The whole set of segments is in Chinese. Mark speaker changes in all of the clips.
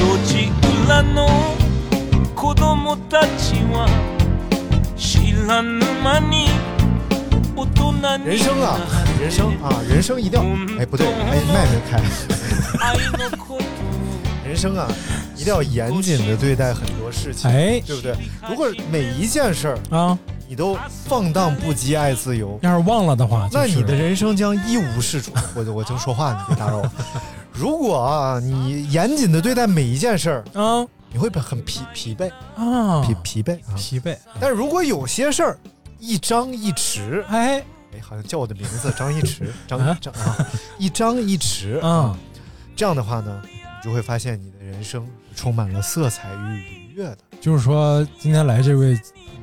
Speaker 1: 路地裏の子供たちは知らぬ間に大人になる
Speaker 2: 人生啊，人生啊，人生一定要……哎，不对，哎，麦没开。
Speaker 1: 愛のこと
Speaker 2: 人生 啊，一定要严谨的对待很多事情，
Speaker 3: 哎
Speaker 2: 对不对？如果每一件事儿
Speaker 3: 啊，
Speaker 2: 你都放荡不羁、爱自由，
Speaker 3: 要是忘了的话，就
Speaker 2: 那
Speaker 3: 是
Speaker 2: 你的人生将一无 是处。我我就说话，你别打扰我。 如果啊，你严谨的对待每一件事儿，
Speaker 3: 啊
Speaker 2: 你会很疲疲惫，
Speaker 3: 啊
Speaker 2: 疲疲惫啊。
Speaker 3: 疲惫，
Speaker 2: 但如果有些事儿一张一弛，
Speaker 3: 哎
Speaker 2: 哎，好像叫我的名字张一弛，
Speaker 3: 啊
Speaker 2: 张张啊，一张一弛
Speaker 3: 啊
Speaker 2: 这样的话呢，你就会发现你的人生充满了色彩与愉悦的
Speaker 3: 就是说今天来这位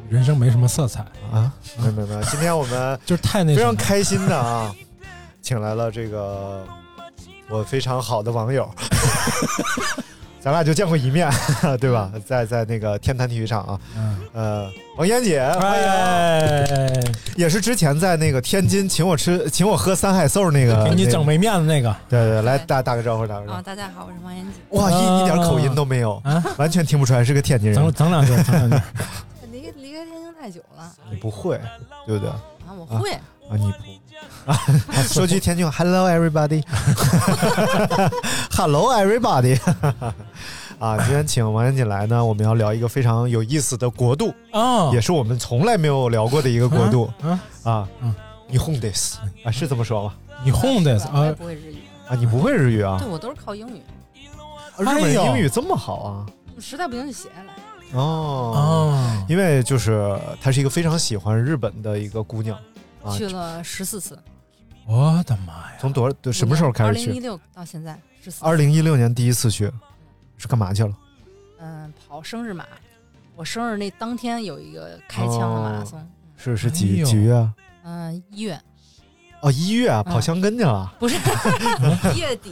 Speaker 3: 人生没什么色彩，
Speaker 2: 啊！没有没有没有，今天我们
Speaker 3: 就是太那
Speaker 2: 非
Speaker 3: 什么
Speaker 2: 常开心的啊，请来了这个我非常好的网友，咱俩就见过一面， 对吧？在在那个天坛体育场啊，
Speaker 3: 嗯
Speaker 2: 呃，王嫣姐，欢迎，啊
Speaker 3: 哎，
Speaker 2: 也是之前在那个天津请我吃请我喝三海寿那个，
Speaker 3: 给你整
Speaker 2: 那个
Speaker 3: 没面子那个
Speaker 2: 对对，来打打个招呼，打个招
Speaker 4: 啊、
Speaker 2: 呼。
Speaker 4: 大家好，我是王彦姐。
Speaker 2: 哇，一一点口音都没有，
Speaker 3: 啊，
Speaker 2: 完全听不出来是个天津人
Speaker 3: 整。整两句，整两句，
Speaker 2: 啊
Speaker 4: 离离开天津太久了
Speaker 2: 你不会，对不对？
Speaker 4: 啊，我会，
Speaker 2: 啊，你不 啊？说句天津话，Hello everybody，Hello everybody，啊，今天请王彦锦来呢，我们要聊一个非常有意思的国度，
Speaker 4: 啊
Speaker 3: 哦，
Speaker 2: 也是我们从来没有聊过的一个国度
Speaker 3: 啊，
Speaker 2: 啊
Speaker 3: 嗯。
Speaker 2: 你 home this
Speaker 4: 嗯
Speaker 2: 啊，是这么说吗？
Speaker 3: 你哄的
Speaker 4: 我也
Speaker 3: 啊，
Speaker 4: 不会日语，
Speaker 2: 啊，你不会日语啊？
Speaker 4: 对我都是靠英语，
Speaker 2: 日本人英语这么好啊？
Speaker 4: 实在不行就写下来。啊
Speaker 2: 哦，
Speaker 3: 哦，
Speaker 2: 因为就是她是一个非常喜欢日本的一个姑娘啊。
Speaker 4: 去了十四次，
Speaker 3: 我的妈呀，
Speaker 2: 从多少什么时候开
Speaker 4: 二
Speaker 2: 始
Speaker 4: 零一
Speaker 2: 去？
Speaker 4: 六到现在十四。
Speaker 2: 二零一六年第一次去，是干嘛去了？
Speaker 4: 嗯，跑生日马，我生日那当天有一个开枪的马
Speaker 2: 哦
Speaker 4: 拉松。
Speaker 2: 是
Speaker 3: 哎
Speaker 2: 是几
Speaker 3: 呦
Speaker 2: 几月啊？
Speaker 4: 嗯，一月
Speaker 2: 哦，一月啊，
Speaker 4: 嗯
Speaker 2: 跑香根去了
Speaker 4: 不是一月底，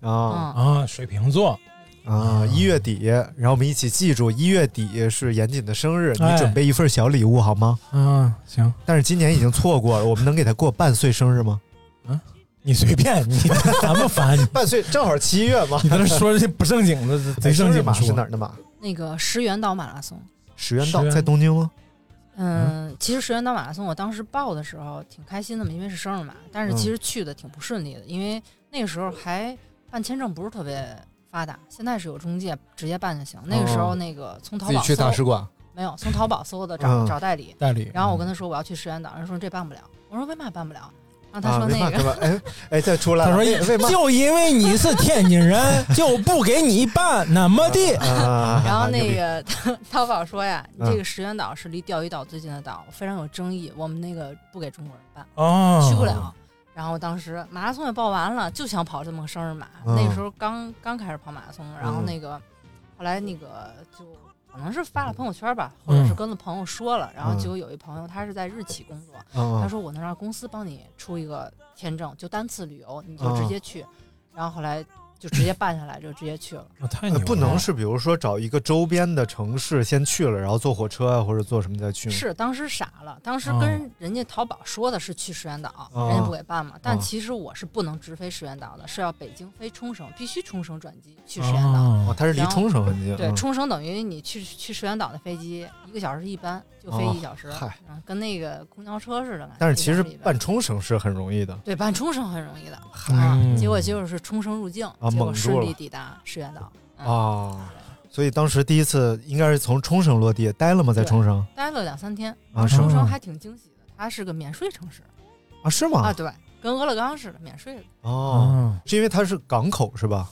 Speaker 2: 啊
Speaker 4: 嗯，
Speaker 3: 啊，水瓶座，
Speaker 2: 啊！一月底，然后我们一起记住，一月底是严谨的生日，
Speaker 3: 哎
Speaker 2: 你准备一份小礼物好吗？
Speaker 3: 嗯，行，
Speaker 2: 但是今年已经错过了，我们能给他过半岁生 日吗？
Speaker 3: 你随便，你 烦不烦？ 你
Speaker 2: 半岁正好七月嘛
Speaker 3: 你在这 说这些不正经的，贼正
Speaker 2: 生日
Speaker 3: 经
Speaker 2: 马
Speaker 3: 的
Speaker 2: 哎是
Speaker 3: 说
Speaker 2: 哪儿的马？
Speaker 4: 那个石原岛马拉松。
Speaker 2: 石原道
Speaker 3: 石原
Speaker 2: 在东京吗？
Speaker 4: 嗯，其实石原岛马拉松，我当时报的时候挺开心的嘛，因为是生日马。但是其
Speaker 2: 嗯
Speaker 4: 实去的挺不顺利的，因为那个时候还办签证不是特别发达，现在是有中介直接办就行。那个时
Speaker 2: 哦
Speaker 4: 候那个从淘宝搜
Speaker 2: 馆
Speaker 4: 没有，从淘宝搜的
Speaker 2: 嗯
Speaker 4: 找找代理。
Speaker 3: 代理。
Speaker 4: 然后我跟他说我要去石原岛，人说这办不了，我说为嘛办不了？然后他
Speaker 2: 啊，
Speaker 4: 说
Speaker 2: 为嘛
Speaker 4: 那
Speaker 2: 干
Speaker 4: 个
Speaker 2: 嘛？哎哎，再出来
Speaker 3: 他
Speaker 2: 了，
Speaker 3: 说
Speaker 2: 为为嘛？
Speaker 3: 就因为你是天津 人，就不给你办，那么地。
Speaker 2: 啊
Speaker 4: 然后那
Speaker 2: 牛
Speaker 4: 个 淘淘宝说呀，你这
Speaker 2: 嗯
Speaker 4: 个石原岛是离钓鱼岛最近的岛，非常有争议，我们那个不给中国人办。
Speaker 2: 嗯
Speaker 3: 哦，
Speaker 4: 去不了。然后当时马拉松也报完了，就想跑这么个生日马。
Speaker 2: 嗯
Speaker 4: 那个时候刚刚开始跑马拉松，然后
Speaker 2: 嗯
Speaker 4: 那个、后来那个就可能是发了朋友圈吧，或者是跟了朋友说了，然后
Speaker 2: 嗯
Speaker 4: 结果有一朋友他是在日企工作，
Speaker 2: 逼啊
Speaker 4: 他说我能让公司帮你出一个签证，就单次旅游，你
Speaker 2: 嗯
Speaker 4: 就直接去。然后后来就直接办下来，就直接去了。
Speaker 3: 我太
Speaker 2: 呃
Speaker 3: 牛了，哦
Speaker 2: 不能是比如说找一个周边的城市先去了，然后坐火车啊或者坐什么再去吗？
Speaker 4: 是当时傻了，当时
Speaker 3: 哦
Speaker 4: 跟人家淘宝说的是去石原岛，
Speaker 2: 哦
Speaker 4: 人家不给办嘛。但其实我是不能直飞石原岛的，是要北京飞冲绳，必须冲绳转机去石原岛。
Speaker 2: 哦，
Speaker 3: 哦
Speaker 2: 它是离
Speaker 4: 然后
Speaker 2: 冲绳很近。
Speaker 4: 对，
Speaker 2: 嗯
Speaker 4: 冲绳等于你去去石原岛的飞机，一个小时一班，就飞
Speaker 2: 哦
Speaker 4: 一小时，
Speaker 2: 嗨
Speaker 4: 嗯跟那个公交车似的感觉。
Speaker 2: 但是其实
Speaker 4: 一小时一班
Speaker 2: 办冲绳是很容易的，
Speaker 4: 对办冲绳很容易的，
Speaker 2: 嗨
Speaker 4: 啊
Speaker 2: 嗯
Speaker 4: 结果就是冲绳入境，
Speaker 2: 啊
Speaker 4: 结
Speaker 2: 蒙
Speaker 4: 果
Speaker 2: 住
Speaker 4: 顺利
Speaker 2: 了
Speaker 4: 抵达石垣岛，嗯
Speaker 2: 啊，所以当时第一次应该是从冲绳落地，待了吗？在冲绳
Speaker 4: 待了两三天。
Speaker 2: 啊是吗
Speaker 4: 冲绳还挺惊喜的，它是个免税城市
Speaker 2: 啊？是吗？
Speaker 4: 啊，对，跟俄勒冈似的免税的。
Speaker 2: 哦，是因为它是港口是吧？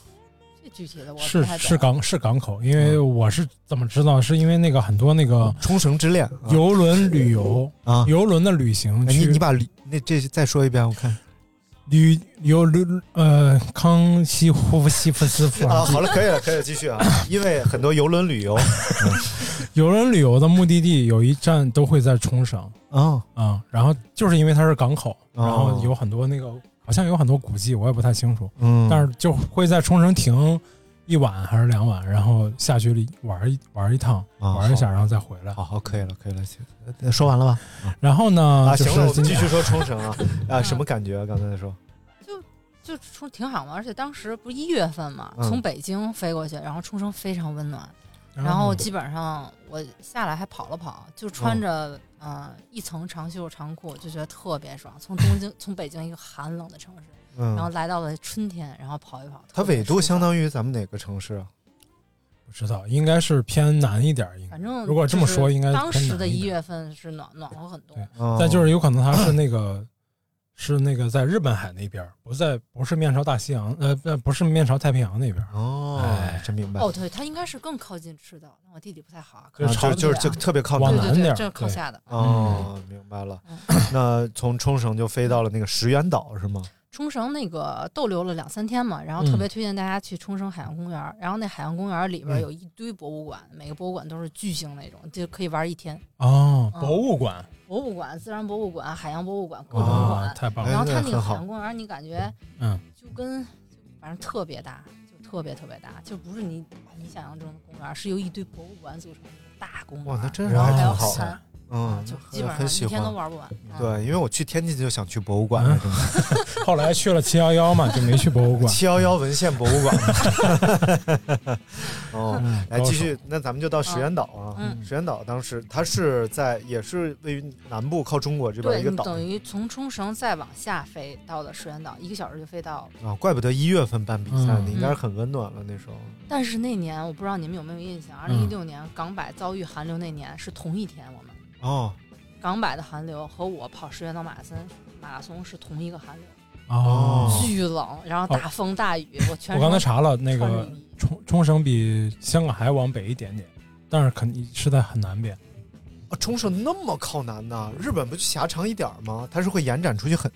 Speaker 4: 这具体的我不
Speaker 5: 嗯是
Speaker 4: 太懂
Speaker 5: 是港是港口，因为
Speaker 2: 嗯
Speaker 5: 我是怎么知道？是因为那个很多那个
Speaker 2: 冲绳之恋
Speaker 5: 游轮旅游
Speaker 2: 啊，
Speaker 5: 游轮的旅行
Speaker 2: 嗯哎你
Speaker 5: 去。
Speaker 2: 你把旅那这再说一遍，我 看
Speaker 5: 旅游旅呃康熙霍夫西夫斯夫
Speaker 2: 啊，好了，可以了，可以了，继续啊，因为很多游轮旅 游
Speaker 5: 游轮旅游的目的地有一站都会在冲绳
Speaker 2: 啊
Speaker 5: 啊，然后就是因为它是港口，
Speaker 2: 哦
Speaker 5: 然后有很多那个好像有很多古迹，我也不太清楚，
Speaker 2: 嗯
Speaker 5: 但是就会在冲绳停一晚还是两晚，然后下去玩一玩一趟，
Speaker 2: 啊
Speaker 5: 玩一下
Speaker 2: 好
Speaker 5: 然后再回来。
Speaker 2: 好好，可以了，可以了，行呃说完了吧？
Speaker 5: 然后呢，
Speaker 2: 啊，
Speaker 5: 就
Speaker 2: 行了，
Speaker 5: 是
Speaker 2: 我们
Speaker 5: 今
Speaker 2: 继续
Speaker 5: 天
Speaker 2: 说冲绳啊啊，什么感觉啊？刚才说
Speaker 4: 就冲挺好嘛，而且当时不是一月份嘛，
Speaker 2: 嗯
Speaker 4: 从北京飞过去，然后冲绳非常温暖，
Speaker 5: 哦
Speaker 4: 然后基本上我下来还跑了跑，就
Speaker 5: 哦
Speaker 4: 穿着、呃一层长袖长裤，就觉得特别爽。从东京从北京一个寒冷的城市，
Speaker 2: 嗯
Speaker 4: 然后来到了春天，然后跑一跑，
Speaker 2: 它纬度相当于咱们哪个城市啊？
Speaker 5: 不知道，应该是偏南一点儿，应该
Speaker 4: 反正
Speaker 5: 如果这么
Speaker 4: 就是
Speaker 5: 说，应该
Speaker 4: 当
Speaker 5: 偏
Speaker 4: 时
Speaker 5: 南
Speaker 4: 的
Speaker 5: 一点
Speaker 4: 一月份是暖暖和很多，
Speaker 2: 哦
Speaker 5: 但就是有可能它 是那个是那个在日本海那边儿，不在不是面朝大西洋，呃，不不是面朝太平洋那边儿。
Speaker 2: 哦，真明白
Speaker 4: 哦，对，它应该是更靠近赤道，那我地理不太好啊，可
Speaker 2: 啊
Speaker 4: 能
Speaker 2: 就
Speaker 4: 朝北啊
Speaker 2: 就是
Speaker 4: 嗯
Speaker 2: 就特别靠
Speaker 5: 往
Speaker 4: 对
Speaker 5: 南
Speaker 4: 对
Speaker 5: 点
Speaker 4: 对，
Speaker 5: 儿
Speaker 4: 这是靠
Speaker 5: 对
Speaker 4: 下的。嗯
Speaker 2: 哦，明白了。那从冲绳就飞到了那个石垣岛是吗？
Speaker 4: 冲绳那个逗留了两三天嘛，然后特
Speaker 2: 嗯
Speaker 4: 别推荐大家去冲绳海洋公园。然后那海洋公园里边
Speaker 5: 嗯
Speaker 4: 有一堆博物馆，每个博物馆都是巨型那种，就可以玩一天。
Speaker 5: 哦，
Speaker 4: 嗯
Speaker 5: 博物馆
Speaker 4: 博物馆、自然博物馆、海洋博物馆、各种馆。
Speaker 2: 哦
Speaker 5: 啊，太棒了。
Speaker 4: 然后它那
Speaker 5: 哎
Speaker 4: 个海洋，公园，你感觉
Speaker 5: 嗯，
Speaker 4: 就跟就反正特别大，就特别特别大，就不是你你想象中的公园，是由一堆博物馆组成的一个大公园。
Speaker 2: 哇，那真是
Speaker 4: 然后
Speaker 2: 还
Speaker 4: 还
Speaker 2: 挺
Speaker 4: 有
Speaker 2: 好
Speaker 4: 山
Speaker 2: 的。。嗯，
Speaker 4: 啊就
Speaker 2: 很
Speaker 4: 基本上
Speaker 2: 很喜
Speaker 4: 一天都
Speaker 2: 欢。
Speaker 4: 玩不完。嗯
Speaker 2: 对，因为我去天津就想去博物馆
Speaker 5: 嗯
Speaker 2: 了，真的。
Speaker 5: 后来去了七幺幺嘛，就没去博物馆。
Speaker 2: 哎 七幺幺文献博物 馆。哦
Speaker 5: 嗯，
Speaker 2: 来
Speaker 5: 高
Speaker 2: 继
Speaker 5: 手
Speaker 2: 续，那咱们就到石原岛啊。
Speaker 4: 嗯
Speaker 2: 石原岛当时它是在也是位于南部靠中国这边的
Speaker 4: 对
Speaker 2: 一个
Speaker 4: 你
Speaker 2: 岛
Speaker 4: 等于从冲绳再往下飞到了石垣岛，一个小时就飞到了。
Speaker 2: 啊，怪不得一月份办比赛呢，
Speaker 4: 嗯
Speaker 2: 应该是很温暖了那时候。
Speaker 4: 但是那年我不知道你们有没有印象，二零一
Speaker 2: 嗯
Speaker 4: 六年港百遭遇寒流那年是同一天，我们
Speaker 2: 哦
Speaker 4: 港百的寒流和我跑石原岛马拉松马拉松是同一个寒流，
Speaker 5: 哦，
Speaker 4: 巨冷，然后大风大雨，我全
Speaker 5: 我刚才
Speaker 4: 程
Speaker 5: 查了，那
Speaker 4: 穿着
Speaker 5: 个冲冲绳比香港还往北一点点，但是肯定是在很南边。
Speaker 2: 啊，冲绳那么靠南呐，日本不就狭长一点儿吗？它是会延展出去很。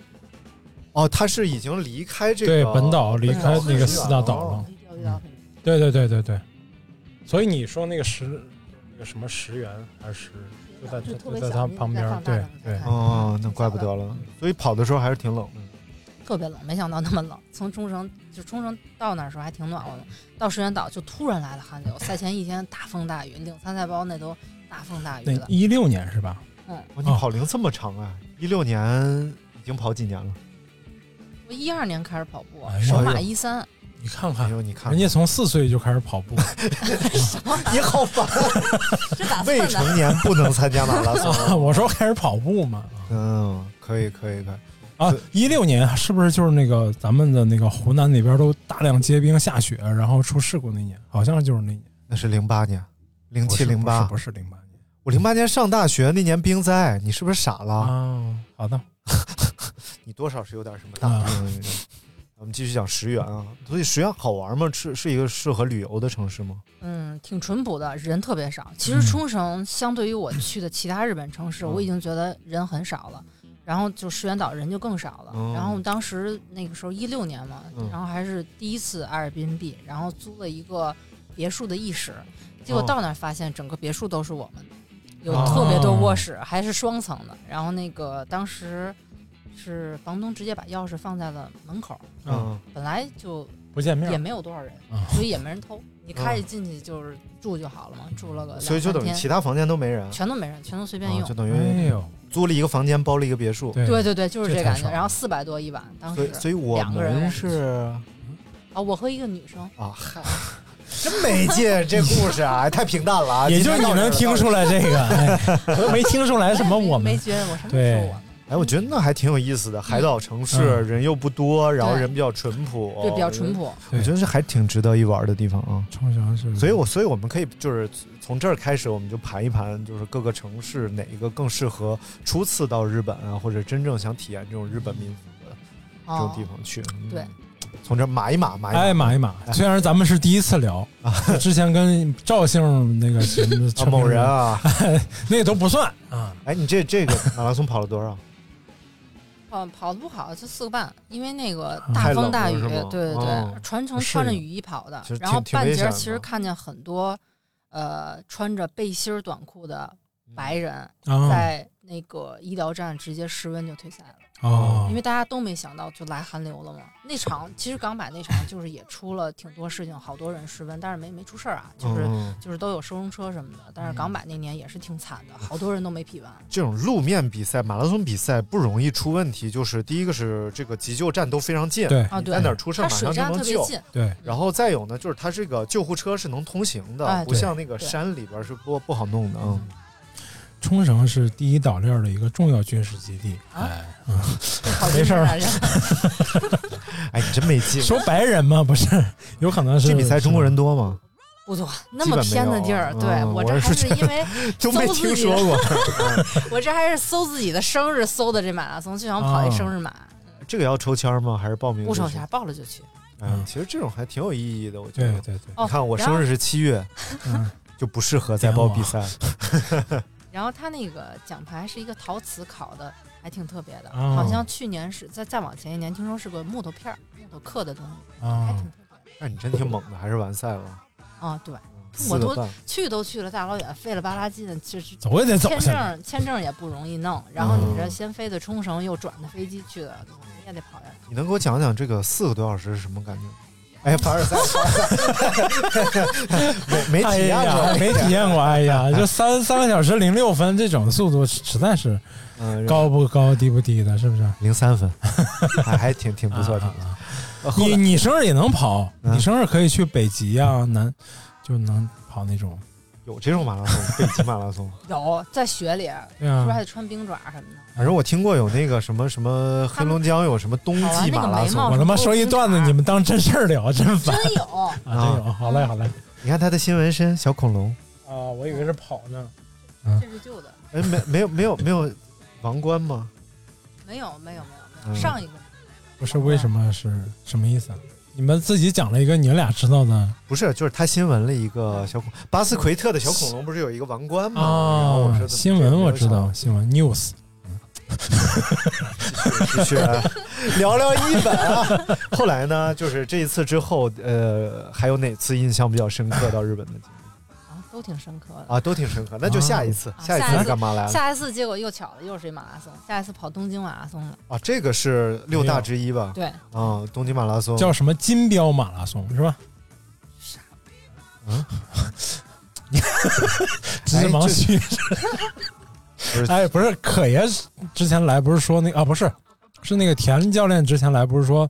Speaker 2: 哦，它是已经离开这个
Speaker 5: 对本岛离开那个
Speaker 2: 很
Speaker 5: 四
Speaker 2: 远
Speaker 5: 大岛
Speaker 4: 哦
Speaker 5: 嗯了
Speaker 4: 了。
Speaker 5: 对对对对对，所以你说那个石，那个什么石原还是就在
Speaker 4: 就特别
Speaker 5: 就在
Speaker 4: 小
Speaker 5: 它
Speaker 4: 你
Speaker 5: 旁
Speaker 4: 再
Speaker 5: 边儿
Speaker 4: 放，大
Speaker 5: 对
Speaker 4: 点
Speaker 5: 对。
Speaker 2: 哦，那怪不得了。所以跑的时候还是挺冷的。
Speaker 4: 特别冷，没想到那么冷。从冲绳就冲绳到那儿时候还挺暖和的，到石原岛就突然来了寒流，赛前一天大风大雨，领参赛包那都大风大雨
Speaker 5: 那
Speaker 4: 的。
Speaker 5: 一六年是吧？
Speaker 4: 嗯，
Speaker 2: 哇，你
Speaker 5: 哦
Speaker 2: 跑龄这么长啊？一六年已经跑几年了？
Speaker 4: 我一二年开始跑步
Speaker 5: 哎，呀
Speaker 4: 首马一三，
Speaker 5: 你看看，
Speaker 2: 哎你看
Speaker 5: 啊人家从四岁就开始跑步，
Speaker 2: 你好烦，啊
Speaker 4: 这咋
Speaker 2: 未
Speaker 4: 算的？
Speaker 2: 成年不能参加马拉
Speaker 5: 啊
Speaker 2: 松。
Speaker 5: 我说开始跑步嘛。
Speaker 2: 嗯，可以，可以，可以。
Speaker 5: 啊，一六年是不是就是那个咱们的那个湖南那边都大量结冰下雪，然后出事故那年？好像就是那年，
Speaker 2: 那是零八年，零
Speaker 5: 不
Speaker 2: 七
Speaker 5: 是
Speaker 2: 零八，
Speaker 5: 不是零八年
Speaker 2: 我零八年上大学那年冰灾，你是不是傻了？
Speaker 5: 啊。好的，
Speaker 2: 你多少是有点什么大
Speaker 3: 啊
Speaker 2: 病。 我们继续讲石原啊，所以石原好玩吗？是是一个适合旅游的城市吗？
Speaker 4: 嗯，挺淳朴的，人特别少。其实冲绳相对于我去的其他日本城市，
Speaker 2: 嗯
Speaker 4: 我已经觉得人很少了。然后就石原岛人就更少了。
Speaker 2: 嗯
Speaker 4: 然后当时那个时候一六年嘛，
Speaker 2: 嗯
Speaker 4: 然后还是第一次 Airbnb，然后租了一个别墅的一室，结果
Speaker 2: 哦
Speaker 4: 到那儿发现整个别墅都是我们的，有
Speaker 2: 哦
Speaker 4: 特别多卧室，还是双层的。然后那个当时是房东直接把钥匙放在了门口，
Speaker 2: 嗯，
Speaker 4: 本来就
Speaker 5: 不见面
Speaker 4: 也没有多少人，
Speaker 2: 啊
Speaker 4: 所以也没人 偷。你开着进去就是住就好了嘛，住了个两
Speaker 2: 所以就
Speaker 4: 三
Speaker 2: 等于
Speaker 4: 天
Speaker 2: 其他房间都没人，
Speaker 4: 全都没人，全都随便
Speaker 2: 啊
Speaker 4: 用。
Speaker 2: 就等
Speaker 5: 哎
Speaker 2: 于
Speaker 5: 呦
Speaker 2: 租了一个房间，包了一个别墅。
Speaker 4: 对对对，就是
Speaker 2: 这
Speaker 4: 感
Speaker 2: 太
Speaker 4: 觉。
Speaker 2: 爽
Speaker 4: 然后四百多一晚，当
Speaker 2: 所
Speaker 4: 时
Speaker 2: 以所以我
Speaker 4: 两个人
Speaker 2: 们是
Speaker 4: 啊，我和一个女生
Speaker 2: 啊，真没劲，这故事啊，太平淡了 啊。
Speaker 3: 也就是你能听出来这个，哎我都没听出来什么我们
Speaker 4: 没觉得我什么时候
Speaker 3: 对
Speaker 4: 我，
Speaker 2: 哎，我觉得那还挺有意思的，海岛城市，
Speaker 3: 嗯
Speaker 2: 人又不多，然后
Speaker 4: 对
Speaker 2: 人比较淳朴，
Speaker 4: 对比较淳朴
Speaker 2: 我觉得这还挺值得一玩的地方啊。
Speaker 5: 冲绳
Speaker 4: 嗯
Speaker 5: 是，
Speaker 2: 所以我所以我们可以就是从这儿开始，我们就盘一盘，就是各个城市哪一个更适合初次到日本啊，或者真正想体验这种日本民俗的这种地方去。嗯
Speaker 4: 哦对，
Speaker 2: 从这儿码一码，码一码，
Speaker 5: 哎，码一码。虽然咱们是第一次聊，之前跟赵姓那个什么
Speaker 2: 啊某人啊，
Speaker 5: 那个都不算啊。
Speaker 2: 哎，你这这个马拉松跑了多少？
Speaker 4: 跑啊哦跑的不好，就四个半，因为那个大
Speaker 2: 太冷
Speaker 4: 风
Speaker 2: 了
Speaker 4: 大雨，
Speaker 2: 是吗
Speaker 4: 对对
Speaker 2: 哦
Speaker 4: 对，全程
Speaker 2: 啊是
Speaker 4: 穿着雨衣跑的
Speaker 2: 其实，
Speaker 4: 然后
Speaker 2: 挺挺
Speaker 4: 半
Speaker 2: 危
Speaker 4: 截
Speaker 2: 险
Speaker 4: 儿其实看见很多呃穿着背心儿短裤的白
Speaker 2: 嗯
Speaker 4: 人
Speaker 5: 哦
Speaker 4: 在那个医疗站直接失温就退赛了。
Speaker 5: 哦
Speaker 4: 因为大家都没想到就来寒流了嘛。那场其实港百那场就是也出了挺多事情，好多人失温，但是没没出事儿啊， 就是、
Speaker 2: 嗯
Speaker 4: 就是都有收容车什么的。但是港百那年也是挺惨的，好多人都没匹完。
Speaker 2: 这种路面比赛、马拉松比赛不容易出问题，就是第一个是这个急救站都非常近，
Speaker 5: 对
Speaker 4: 啊
Speaker 2: 你
Speaker 4: 对
Speaker 2: 在哪儿出事儿
Speaker 4: 它
Speaker 2: 马上
Speaker 4: 水
Speaker 2: 就
Speaker 4: 站
Speaker 2: 能
Speaker 4: 特别
Speaker 2: 救
Speaker 4: 近，
Speaker 5: 对。
Speaker 2: 然后再有呢，就是它这个救护车是能通行的，
Speaker 4: 哎
Speaker 2: 不
Speaker 4: 对
Speaker 2: 像那个
Speaker 4: 对
Speaker 2: 山里边是不不好弄的啊。
Speaker 5: 冲绳是第一岛链的一个重要军事基 地。哎，嗯没事儿。
Speaker 2: 哎，你真没劲。
Speaker 5: 说白人嘛，不是， 有可嗯能是
Speaker 2: 这比赛中国人多 吗？
Speaker 4: 不多，那么偏的地儿，
Speaker 2: 基本
Speaker 4: 对
Speaker 2: 没有啊嗯
Speaker 4: 我这
Speaker 2: 我
Speaker 4: 还
Speaker 2: 是
Speaker 4: 是因为
Speaker 2: 都没
Speaker 4: 搜自
Speaker 2: 听
Speaker 4: 己
Speaker 2: 说过
Speaker 4: 的， 我这还是搜自己的生日搜的这马拉松，就想
Speaker 2: 啊
Speaker 4: 跑一生日马，
Speaker 2: 嗯这个要抽签吗？还是报名？
Speaker 4: 不抽签，。报了就去。
Speaker 2: 嗯，其实这种还挺有意义的，我觉得。
Speaker 5: 对对 对嗯
Speaker 4: 哦
Speaker 2: 你看我生日是七月，就不适合再报比赛。
Speaker 4: 然后他那个奖牌是一个陶瓷烤的，还挺特别的，
Speaker 2: 哦
Speaker 4: 好像去年是再再往前一年，听说是个木头片儿、木头刻的东西
Speaker 2: 啊，那你真挺猛的，还是完赛了。
Speaker 5: 哦
Speaker 2: 嗯
Speaker 4: 啊。对，
Speaker 2: 四
Speaker 4: 我
Speaker 2: 个
Speaker 4: 都
Speaker 2: 半
Speaker 4: 去都去了大老远，费了巴拉劲，就是
Speaker 5: 走也得走
Speaker 4: 签
Speaker 5: 下来哦
Speaker 4: 证签证也不容易弄，然后你这先飞的冲绳，又转的飞机去的，你也得跑下来。
Speaker 2: 你能给我讲讲这个四个多小时是什么感觉？ 哎，凡尔赛， 没没体验过
Speaker 5: 哎呀没体验过。哎呀，就三三个小时零六分这种速度，实在是
Speaker 2: 嗯
Speaker 5: 高不高，低不低的，是不是？
Speaker 2: 零三分， 还还挺挺不
Speaker 5: 啊
Speaker 2: 错，挺不错。呃后
Speaker 5: 你
Speaker 2: 来
Speaker 5: 你生日也能跑，
Speaker 2: 嗯
Speaker 5: 你生日可以去北极啊，南就能跑那种。
Speaker 2: 有这种马拉松， 北极马拉松。
Speaker 4: 有在雪里，
Speaker 2: 对啊
Speaker 4: 是不是还得穿冰爪什么 的？
Speaker 2: 反正我听过有那个什么什么黑龙江有什么冬季马拉松，
Speaker 5: 啊我他妈说一段子，你们当真事儿聊，真烦。
Speaker 4: 真有啊，
Speaker 5: 真有。好嘞，好嘞。
Speaker 2: 你看他的新纹身小恐龙，
Speaker 5: 啊，我以为是跑呢。
Speaker 4: 这是旧的，
Speaker 2: 哎，没没有没有没有王冠吗？
Speaker 4: 没有没有没有没有，
Speaker 5: 嗯
Speaker 4: 上一个
Speaker 5: 不是为什么是什么意思啊？你们自己讲了一个你们俩知道的
Speaker 2: 不是，就是他新闻了一个小恐巴斯奎特的小恐龙，不是有一个王冠吗？然后我
Speaker 5: 啊
Speaker 2: 说，怎
Speaker 5: 新闻我知道，新闻 news。
Speaker 2: 么 是去聊聊一本啊。 后来呢，就是这一次之后，呃，还有哪次印象比较深刻到日本的经历
Speaker 4: 啊都挺深刻的。
Speaker 2: 啊？都挺深刻。那就下一次，
Speaker 4: 啊
Speaker 2: 下一次是干嘛来了？
Speaker 4: 下一次结果又巧了，又是一马拉松，下一次跑东京马拉松了。
Speaker 2: 啊，这个是六大之一吧？
Speaker 4: 对
Speaker 2: 啊，东京马拉松
Speaker 5: 叫什么金标马拉松是吧？嗯 知识盲区。 哎，不是，可爷之前来不是说那啊，不是，是那个田教练之前来不是说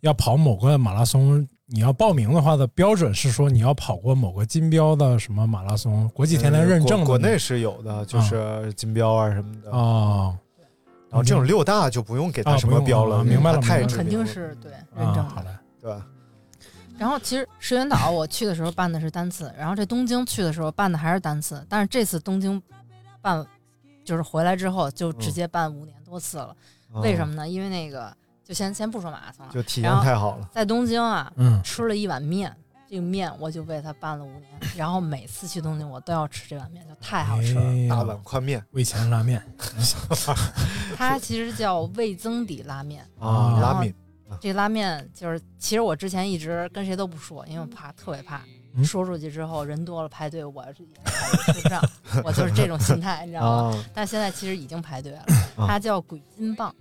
Speaker 5: 要跑某个马拉松，你要报名的话的标准是说你要跑过某个金标的什么马拉松，国际田联认证的
Speaker 2: 嗯呃国，国内是有的，就是金标啊什么的。
Speaker 5: 哦，
Speaker 2: 然后这种六大就不用给他
Speaker 5: 啊
Speaker 2: 什么标了，
Speaker 5: 不用了明白了
Speaker 2: 它太
Speaker 5: 明白了
Speaker 2: 知名
Speaker 4: 肯
Speaker 2: 了
Speaker 4: 定是对认
Speaker 2: 嗯啊
Speaker 4: 证
Speaker 2: 好
Speaker 4: 的。
Speaker 2: 对吧？
Speaker 4: 然后其实石原岛我去的时候办的是单次，然后这东京去的时候办的还是单次，但是这次东京办就是回来之后就直接办五年多次了。
Speaker 5: 啊
Speaker 2: 嗯
Speaker 4: 为什么呢？因为那个就先先不说马拉松了，
Speaker 2: 就体验
Speaker 4: 然后
Speaker 2: 太好了
Speaker 4: 在东京啊，
Speaker 2: 嗯
Speaker 4: 吃了一碗面。这个面我就为他办了五年，然后每次去东京我都要吃这碗面，就太好吃了。
Speaker 5: 嗯
Speaker 2: 大碗宽面、
Speaker 5: 哎味全拉面
Speaker 4: 它其实叫味增底拉面
Speaker 2: 啊，拉面。。
Speaker 4: 然后这拉面就是，其实我之前一直跟谁都不说，因为我怕，特别怕。
Speaker 2: 嗯
Speaker 4: 说出去之后人多了排队，我是吃不上，我就是这种心态，你知道吗
Speaker 2: 啊？
Speaker 4: 但现在其实已经排队了，
Speaker 2: 啊
Speaker 4: 它叫鬼金棒。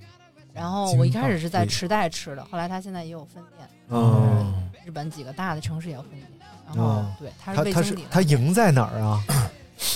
Speaker 4: 然后
Speaker 2: 金
Speaker 4: 我一
Speaker 2: 棒
Speaker 4: 开始是在
Speaker 2: 鬼
Speaker 4: 池袋吃的，后来它现在也有分店，
Speaker 2: 哦
Speaker 5: 嗯
Speaker 4: 日本几个大的城市也有分店。然后
Speaker 2: 啊，
Speaker 4: 对，它是
Speaker 2: 它
Speaker 4: 味
Speaker 2: 它
Speaker 4: 增
Speaker 2: 是
Speaker 4: 底拉
Speaker 2: 它赢在哪儿啊？
Speaker 5: 嗯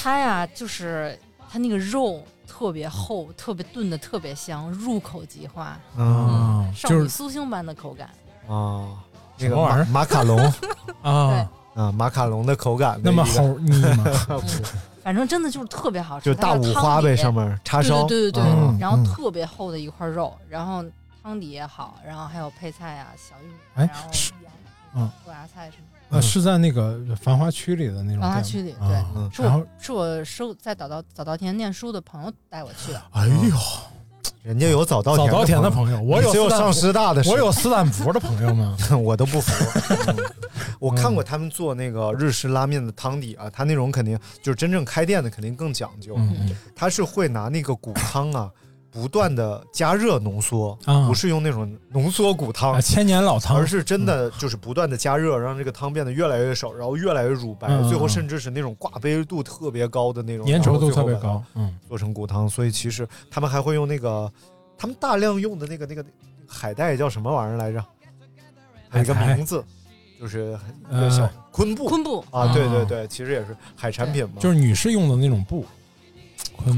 Speaker 4: 它呀，就是它那个肉特别厚，特别炖的特别香，入口即化，
Speaker 2: 啊
Speaker 4: 少女苏醒般的口感。
Speaker 2: 啊，那
Speaker 5: 嗯什
Speaker 2: 个
Speaker 5: 么玩意
Speaker 2: 马
Speaker 5: 儿
Speaker 2: 马卡龙
Speaker 5: 啊，
Speaker 2: 啊，马卡龙的口感的
Speaker 5: 那
Speaker 2: 一个，
Speaker 5: 么齁腻吗
Speaker 2: 不是
Speaker 4: 反正真的就是特别好吃，
Speaker 2: 就
Speaker 4: 它
Speaker 2: 大
Speaker 4: 的
Speaker 2: 五
Speaker 4: 汤
Speaker 2: 花
Speaker 4: 底
Speaker 2: 呗上面叉烧
Speaker 4: 对对对对对，
Speaker 2: 嗯
Speaker 4: 然后
Speaker 2: 嗯
Speaker 4: 特别厚的一块肉，然后汤底也好，然后还有配菜啊，小玉米，
Speaker 5: 哎
Speaker 4: 然后
Speaker 5: 是
Speaker 4: 洋
Speaker 5: 嗯
Speaker 4: 豆芽菜什么的。
Speaker 5: 呃，是在那个繁华区里的那种
Speaker 4: 老大
Speaker 5: 店
Speaker 4: 区里，
Speaker 5: 吗
Speaker 4: 对，
Speaker 2: 嗯
Speaker 5: 啊
Speaker 4: 是
Speaker 5: 然后
Speaker 4: 我是我收在早稻早稻田念书的朋友带我去的。
Speaker 5: 哎呦，
Speaker 2: 人家有嗯早稻
Speaker 5: 早
Speaker 2: 田
Speaker 5: 稻田的朋友，我有
Speaker 2: 只有
Speaker 5: 斯坦
Speaker 2: 上师大的时候，
Speaker 5: 我有斯坦福的朋 友吗？
Speaker 2: 我都不服。 我看过他们做那个日式拉面的汤底啊，他那种肯定就是真正开店的肯定更讲究，
Speaker 5: 嗯
Speaker 2: 他是会拿那个骨汤啊，不断的加热浓缩，
Speaker 5: 啊
Speaker 2: 不是用那种浓缩骨汤、
Speaker 5: 啊千年老汤
Speaker 2: 而是真的就是不断的加热，让这个汤变得越来越少，然后越来越乳白，
Speaker 5: 嗯嗯嗯
Speaker 2: 最后甚至是那种挂杯度特别高的那种，
Speaker 5: 粘稠度
Speaker 2: 然后最后
Speaker 5: 特别
Speaker 2: 把它
Speaker 5: 高嗯，
Speaker 2: 做成骨汤，所以其实他们还会用那个，他们大量用的那个那个那个海带叫什么玩意儿来着？还有一个
Speaker 5: 海苔
Speaker 2: 名字，就是一个小
Speaker 5: 呃
Speaker 2: 昆布，
Speaker 4: 昆布
Speaker 2: 啊，对对
Speaker 5: 啊
Speaker 2: 对，其实也是海产品嘛，
Speaker 5: 就是女士用的那种布，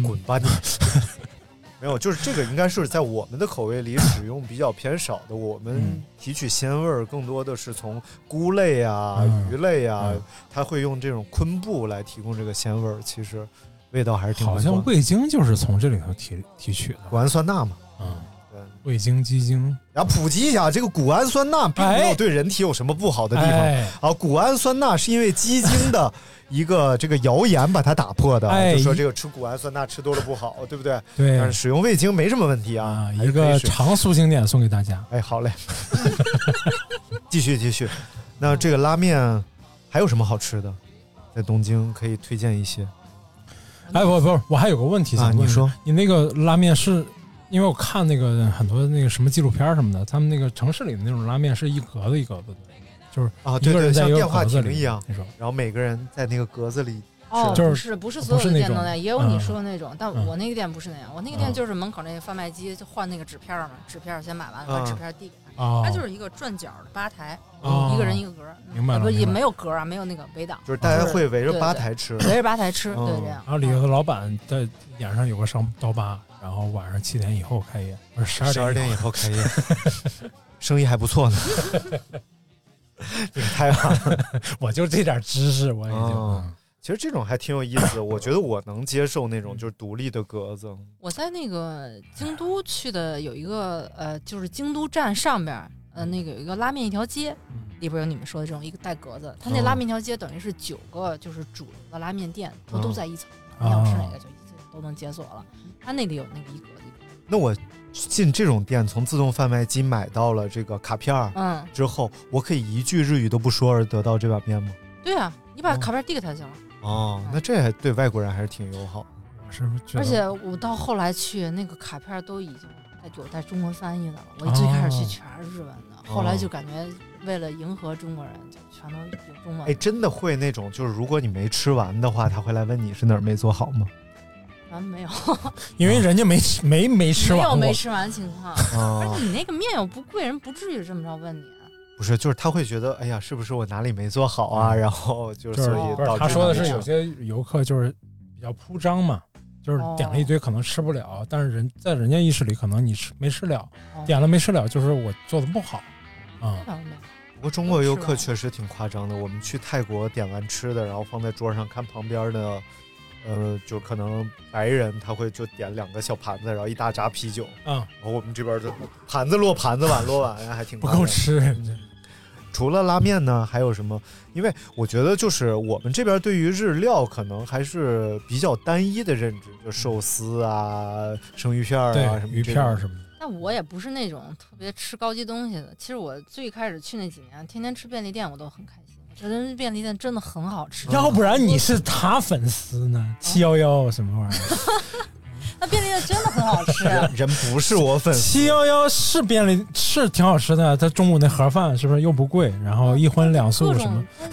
Speaker 2: 滚吧你！ 没有，就是这个应该是在我们的口味里使用比较偏少的。我们
Speaker 5: 嗯
Speaker 2: 提取鲜味儿更多的是从菇类啊、
Speaker 5: 嗯
Speaker 2: 鱼类啊，它会用这种昆布来提供这个鲜味儿。其实味道还是挺
Speaker 5: 好
Speaker 2: 不错
Speaker 5: 像
Speaker 2: 的
Speaker 5: 味精就是从这里头提提取的，
Speaker 2: 谷氨酸钠嘛。
Speaker 5: 嗯，
Speaker 2: 对。
Speaker 5: 味精、鸡精，
Speaker 2: 然后普及一下，这个谷氨酸钠并没有对人体有什么不好的地方、
Speaker 5: 哎
Speaker 2: 啊。谷氨酸钠是因为鸡精的一个这个谣言把它打破的，
Speaker 5: 哎
Speaker 2: 就说这个吃谷氨酸钠吃多了不好，对不对？
Speaker 5: 对
Speaker 2: 但是使用味精没什么问题啊。还
Speaker 5: 哎一
Speaker 2: 是可以
Speaker 5: 个
Speaker 2: 使用
Speaker 5: 常苏经典送给大家。
Speaker 2: 哎，好嘞， 继续继续。那这个拉面还有什么好吃的？在东京可以推荐一些。
Speaker 5: 哎，不不，我还有个问题
Speaker 2: 啊
Speaker 5: 想问、
Speaker 2: 你说，
Speaker 5: 你那个拉面是因为我看那个很多那个什么纪录片儿什么的，他们那个城市里的那种拉面是一格子一格子的，就是
Speaker 2: 啊，
Speaker 5: 一
Speaker 2: 对
Speaker 5: 个
Speaker 2: 对，
Speaker 5: 人在
Speaker 2: 像
Speaker 5: 一个
Speaker 2: 电话
Speaker 5: 格子
Speaker 2: 亭
Speaker 5: 里
Speaker 2: 一样
Speaker 5: 那种，
Speaker 2: 然后每个人在那个格子里
Speaker 4: 哦，
Speaker 2: 吃
Speaker 4: 不是不是所有
Speaker 5: 不
Speaker 4: 的
Speaker 5: 是那
Speaker 4: 店都
Speaker 5: 种
Speaker 4: 那样，也有
Speaker 5: 嗯
Speaker 4: 你说的那种，但
Speaker 5: 嗯
Speaker 4: 我那个店不是那样，我那个店
Speaker 2: 嗯
Speaker 4: 就是门口那个贩卖机就换那个纸片儿嘛，纸片儿先买完了，把
Speaker 5: 嗯
Speaker 4: 纸片儿递给
Speaker 5: 哦
Speaker 4: 他，它就是一个转角的吧台
Speaker 2: 哦，
Speaker 4: 一个人一个格儿，嗯
Speaker 2: 明白了
Speaker 4: 不也
Speaker 2: 明白了
Speaker 4: 没有格儿啊，没有那个围挡，
Speaker 2: 就是大家会围着
Speaker 4: 对
Speaker 2: 吧
Speaker 4: 对
Speaker 2: 台吃
Speaker 4: 围着吧台吃，对
Speaker 5: 嗯
Speaker 4: 这样。
Speaker 5: 然后里头的老板在脸上有个伤刀疤，然后晚上七点以后开业，不是十二
Speaker 2: 12点以
Speaker 5: 以
Speaker 2: 后开业 生意还不 错呢。你太晚了，
Speaker 5: 我就这点知识，我已经
Speaker 2: 嗯其实这种还挺有意思的，我觉得我能接受那种就是独立的格子，
Speaker 4: 我在那个京都去的有一个呃，就是京都站上边儿，呃，那个有一个拉面一条街，里边有你们说的这种一个带格子，它那
Speaker 5: 哦
Speaker 4: 拉面一条街等于是九个就是主流的拉面店，它都
Speaker 2: 哦
Speaker 4: 在一层，你想吃哪
Speaker 5: 嗯哦
Speaker 4: 个就一次都能解锁了。它那里有那个一格子，
Speaker 2: 那我进这种店，从自动贩卖机买到了这个卡片儿，
Speaker 4: 嗯
Speaker 2: 之后我可以一句日语都不说而得到这碗面吗？
Speaker 4: 对啊，你
Speaker 5: 嗯
Speaker 4: 把卡片递给他就行了。
Speaker 2: 哦，那这还对外国人还是挺友好。
Speaker 5: 我是不是
Speaker 4: 而且我到后来去，那个卡片都已经带有带中文翻译的了。我最开始去
Speaker 2: 哦
Speaker 4: 全是日文的，后
Speaker 5: 哦
Speaker 4: 来就感觉为了迎合中国人，就全都有中文。
Speaker 2: 哎，真的会那种，就是如果你没吃完的话，他会来问你是哪儿没做好吗？
Speaker 4: 完啊没有，
Speaker 5: 因为人家没吃没没吃
Speaker 4: 没
Speaker 5: 完
Speaker 4: 有
Speaker 5: 过，
Speaker 4: 没吃完情 况。
Speaker 2: 哦
Speaker 4: 而且你那个面又不贵，人不至于这么着问你。
Speaker 2: 不是，就是他会觉得，哎呀，是不是我哪里没做好啊？然后就是
Speaker 5: 嗯就是
Speaker 2: 所以
Speaker 5: 不是
Speaker 2: 导致
Speaker 5: 他说的
Speaker 2: 没
Speaker 5: 是
Speaker 2: 吃
Speaker 5: 有些游客就是比较铺张嘛，就是点
Speaker 4: 哦
Speaker 5: 了一堆可能吃不了，但是人在人家意识里可能你吃没吃了，
Speaker 4: 哦
Speaker 5: 点了没吃了，就是我做的不好啊。
Speaker 4: 那倒没有
Speaker 2: 不过中国游客确实挺夸张的。我们去泰国点完吃的，然后放在桌上看旁边的，呃，就可能白人他会就点两个小盘子，然后一大扎啤酒。
Speaker 5: 嗯
Speaker 2: 然后我们这边就盘子落盘子，碗落碗，还挺
Speaker 5: 不
Speaker 2: 夸
Speaker 5: 够
Speaker 2: 张
Speaker 5: 吃。
Speaker 2: 啊除了拉面呢，还有什么？因为我觉得就是我们这边对于日料可能还是比较单一的认知，就寿司啊、生鱼片儿
Speaker 5: 对
Speaker 2: 啊什么
Speaker 5: 鱼
Speaker 2: 这
Speaker 5: 片儿
Speaker 2: 种
Speaker 5: 什么
Speaker 4: 但我也不是那种特别吃高级东西的。其实我最开始去那几年，天天吃便利店，我都很开心。我觉得便利店真的很好
Speaker 2: 嗯
Speaker 4: 吃。
Speaker 5: 要不然你是他粉丝呢？七幺幺什么玩意儿？
Speaker 4: 那便利店真的很好 吃。
Speaker 2: 人人不是我粉丝。
Speaker 5: 七幺幺是便利是挺好吃的，他中午那盒饭是不是又不贵？然后一荤两素
Speaker 4: 各
Speaker 5: 什么
Speaker 4: 种？，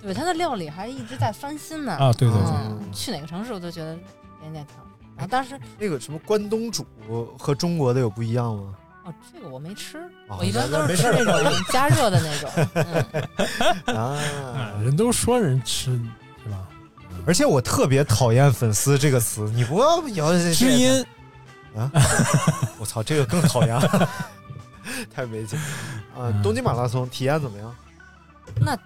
Speaker 4: 对它的料理还一直在翻新呢。
Speaker 5: 啊对对对
Speaker 4: 嗯去哪个城市我都觉得便利店挺好。然后当时
Speaker 2: 那个什么关东煮和中国的有不一样 吗？
Speaker 4: 哦，这个我没吃，
Speaker 2: 哦
Speaker 4: 我一般都
Speaker 2: 没
Speaker 4: 是
Speaker 2: 事
Speaker 4: 吃
Speaker 2: 儿
Speaker 4: 那种 加热的那种。嗯
Speaker 2: 啊，
Speaker 5: 人都说人吃是吧？
Speaker 2: 而且我特别讨厌“粉丝”这个词，你不要摇
Speaker 5: 知音
Speaker 2: 啊！我操，这个更讨 厌，
Speaker 5: 嗯
Speaker 2: 太没劲啊！东京马拉松体验怎么样？
Speaker 4: 那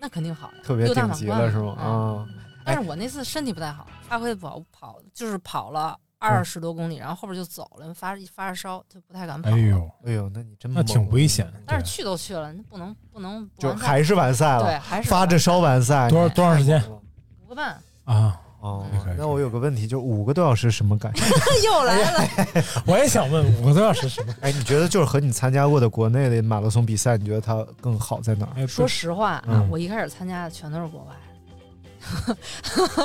Speaker 4: 那肯定好呀，
Speaker 2: 特别
Speaker 4: 六大
Speaker 2: 顶
Speaker 4: 满
Speaker 2: 级
Speaker 4: 贯
Speaker 2: 了
Speaker 4: 嘛
Speaker 2: 是吗？啊、
Speaker 4: 嗯但是我那次身体不太好，发挥不好，跑就是跑了二十多公里，然后后边就走了，发发着烧就不太敢跑。
Speaker 5: 哎呦，
Speaker 2: 哎呦，那你真
Speaker 5: 那挺危险。
Speaker 4: 但是去都去了，那不能不能不
Speaker 2: 就
Speaker 4: 完
Speaker 2: 还是完赛了，
Speaker 4: 对，还是
Speaker 2: 发着烧完赛，
Speaker 5: 多少多长时间
Speaker 4: 五个 半，
Speaker 5: 啊？
Speaker 2: 哦，那我有个问题，就是五个多小时什么感觉？
Speaker 4: 又来了。
Speaker 5: 我也想问五个多小时什么？
Speaker 2: 哎，你觉得就是和你参加过的国内的马拉松比赛，你觉得它更好在哪
Speaker 5: 哎
Speaker 2: 儿？
Speaker 4: 说实话啊，
Speaker 2: 嗯
Speaker 4: 我一开始参加的全都是国外。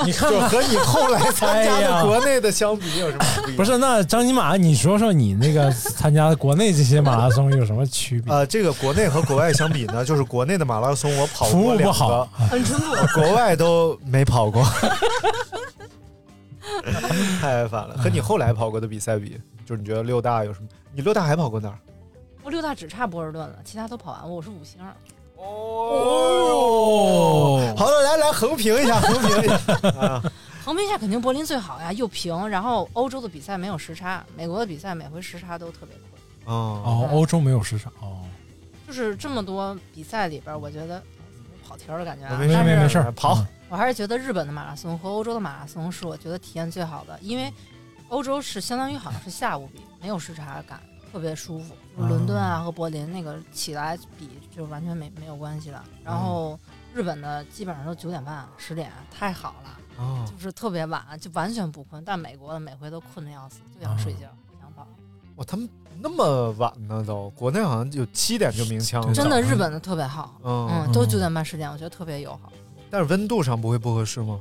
Speaker 5: 你看
Speaker 2: 就
Speaker 5: 看
Speaker 2: 和你后来参加
Speaker 5: 哎呀
Speaker 2: 的国内的相比有什么不一样？
Speaker 5: 不是，那张金马，你说说你那个参加国内这些马拉松有什么区别？
Speaker 2: 呃，这个国内和国外相比呢，就是国内的马拉松我跑
Speaker 5: 服务
Speaker 2: 过
Speaker 5: 不
Speaker 2: 两
Speaker 5: 好啊
Speaker 2: 个，国外都没跑过，太烦了。和你后来跑过的比赛比，就是你觉得六大有什么？你六大还跑过哪儿？
Speaker 4: 我六大只差波士顿了，其他都跑完，我是五星。
Speaker 2: 哦，好了，来来横评一下，横评一下。嗯
Speaker 4: 横评一下肯定柏林最好呀，又平，然后欧洲的比赛没有时差，美国的比赛每回时差都特别快。
Speaker 5: 哦，欧洲没有时差哦，
Speaker 4: 就是这么多比赛里边，我觉得我跑题儿了感觉啊，
Speaker 5: 没事
Speaker 4: 但
Speaker 5: 没
Speaker 4: 是
Speaker 5: 没事儿，
Speaker 2: 跑。
Speaker 4: 我还是觉得日本的马拉松和欧洲的马拉松是我觉得体验最好的，因为欧洲是相当于好像是下午比，没有时差感，特别舒服。就是伦敦啊和柏林那个起来比就完全没没有关系了。然后日本的基本上都九点半、啊十点，太好了，
Speaker 5: 嗯
Speaker 2: 哦
Speaker 4: 就是特别晚，啊就完全不困。但美国的每回都困得要死，就想睡觉，不想跑。
Speaker 2: 哇，他们那么晚呢都，国内好像有七点就鸣枪了。
Speaker 4: 真的，日本的特别好，
Speaker 2: 嗯
Speaker 4: 嗯，都九点半、十点，我觉得特别友好。
Speaker 2: 但是温度上不会不合适吗？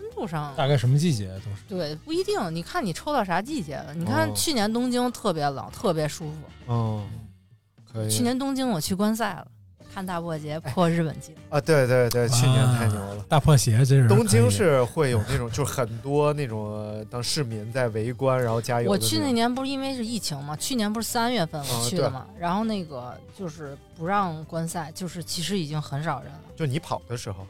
Speaker 4: 温度上
Speaker 5: 大概什么季节都是？
Speaker 4: 对，不一定。你看你抽到啥季节了？你看
Speaker 2: 哦
Speaker 4: 去年东京特别冷，特别舒服。
Speaker 2: 嗯，可以。
Speaker 4: 去年东京我去观赛了，看大破节
Speaker 2: 哎
Speaker 4: 破日本纪录。
Speaker 2: 啊，对对对，去年太牛
Speaker 5: 哇
Speaker 2: 了。
Speaker 5: 大破鞋真是
Speaker 2: 东京是会有那种，就是很多那种呃当市民在围观，然后加油
Speaker 4: 我
Speaker 2: 的种。
Speaker 4: 去那年不是因为是疫情嘛，去年不是三月份
Speaker 2: 哦
Speaker 4: 我去的
Speaker 2: 对
Speaker 4: 嘛，然后那个就是不让观赛，就是其实已经很少人了。
Speaker 2: 就你跑的时候，嗯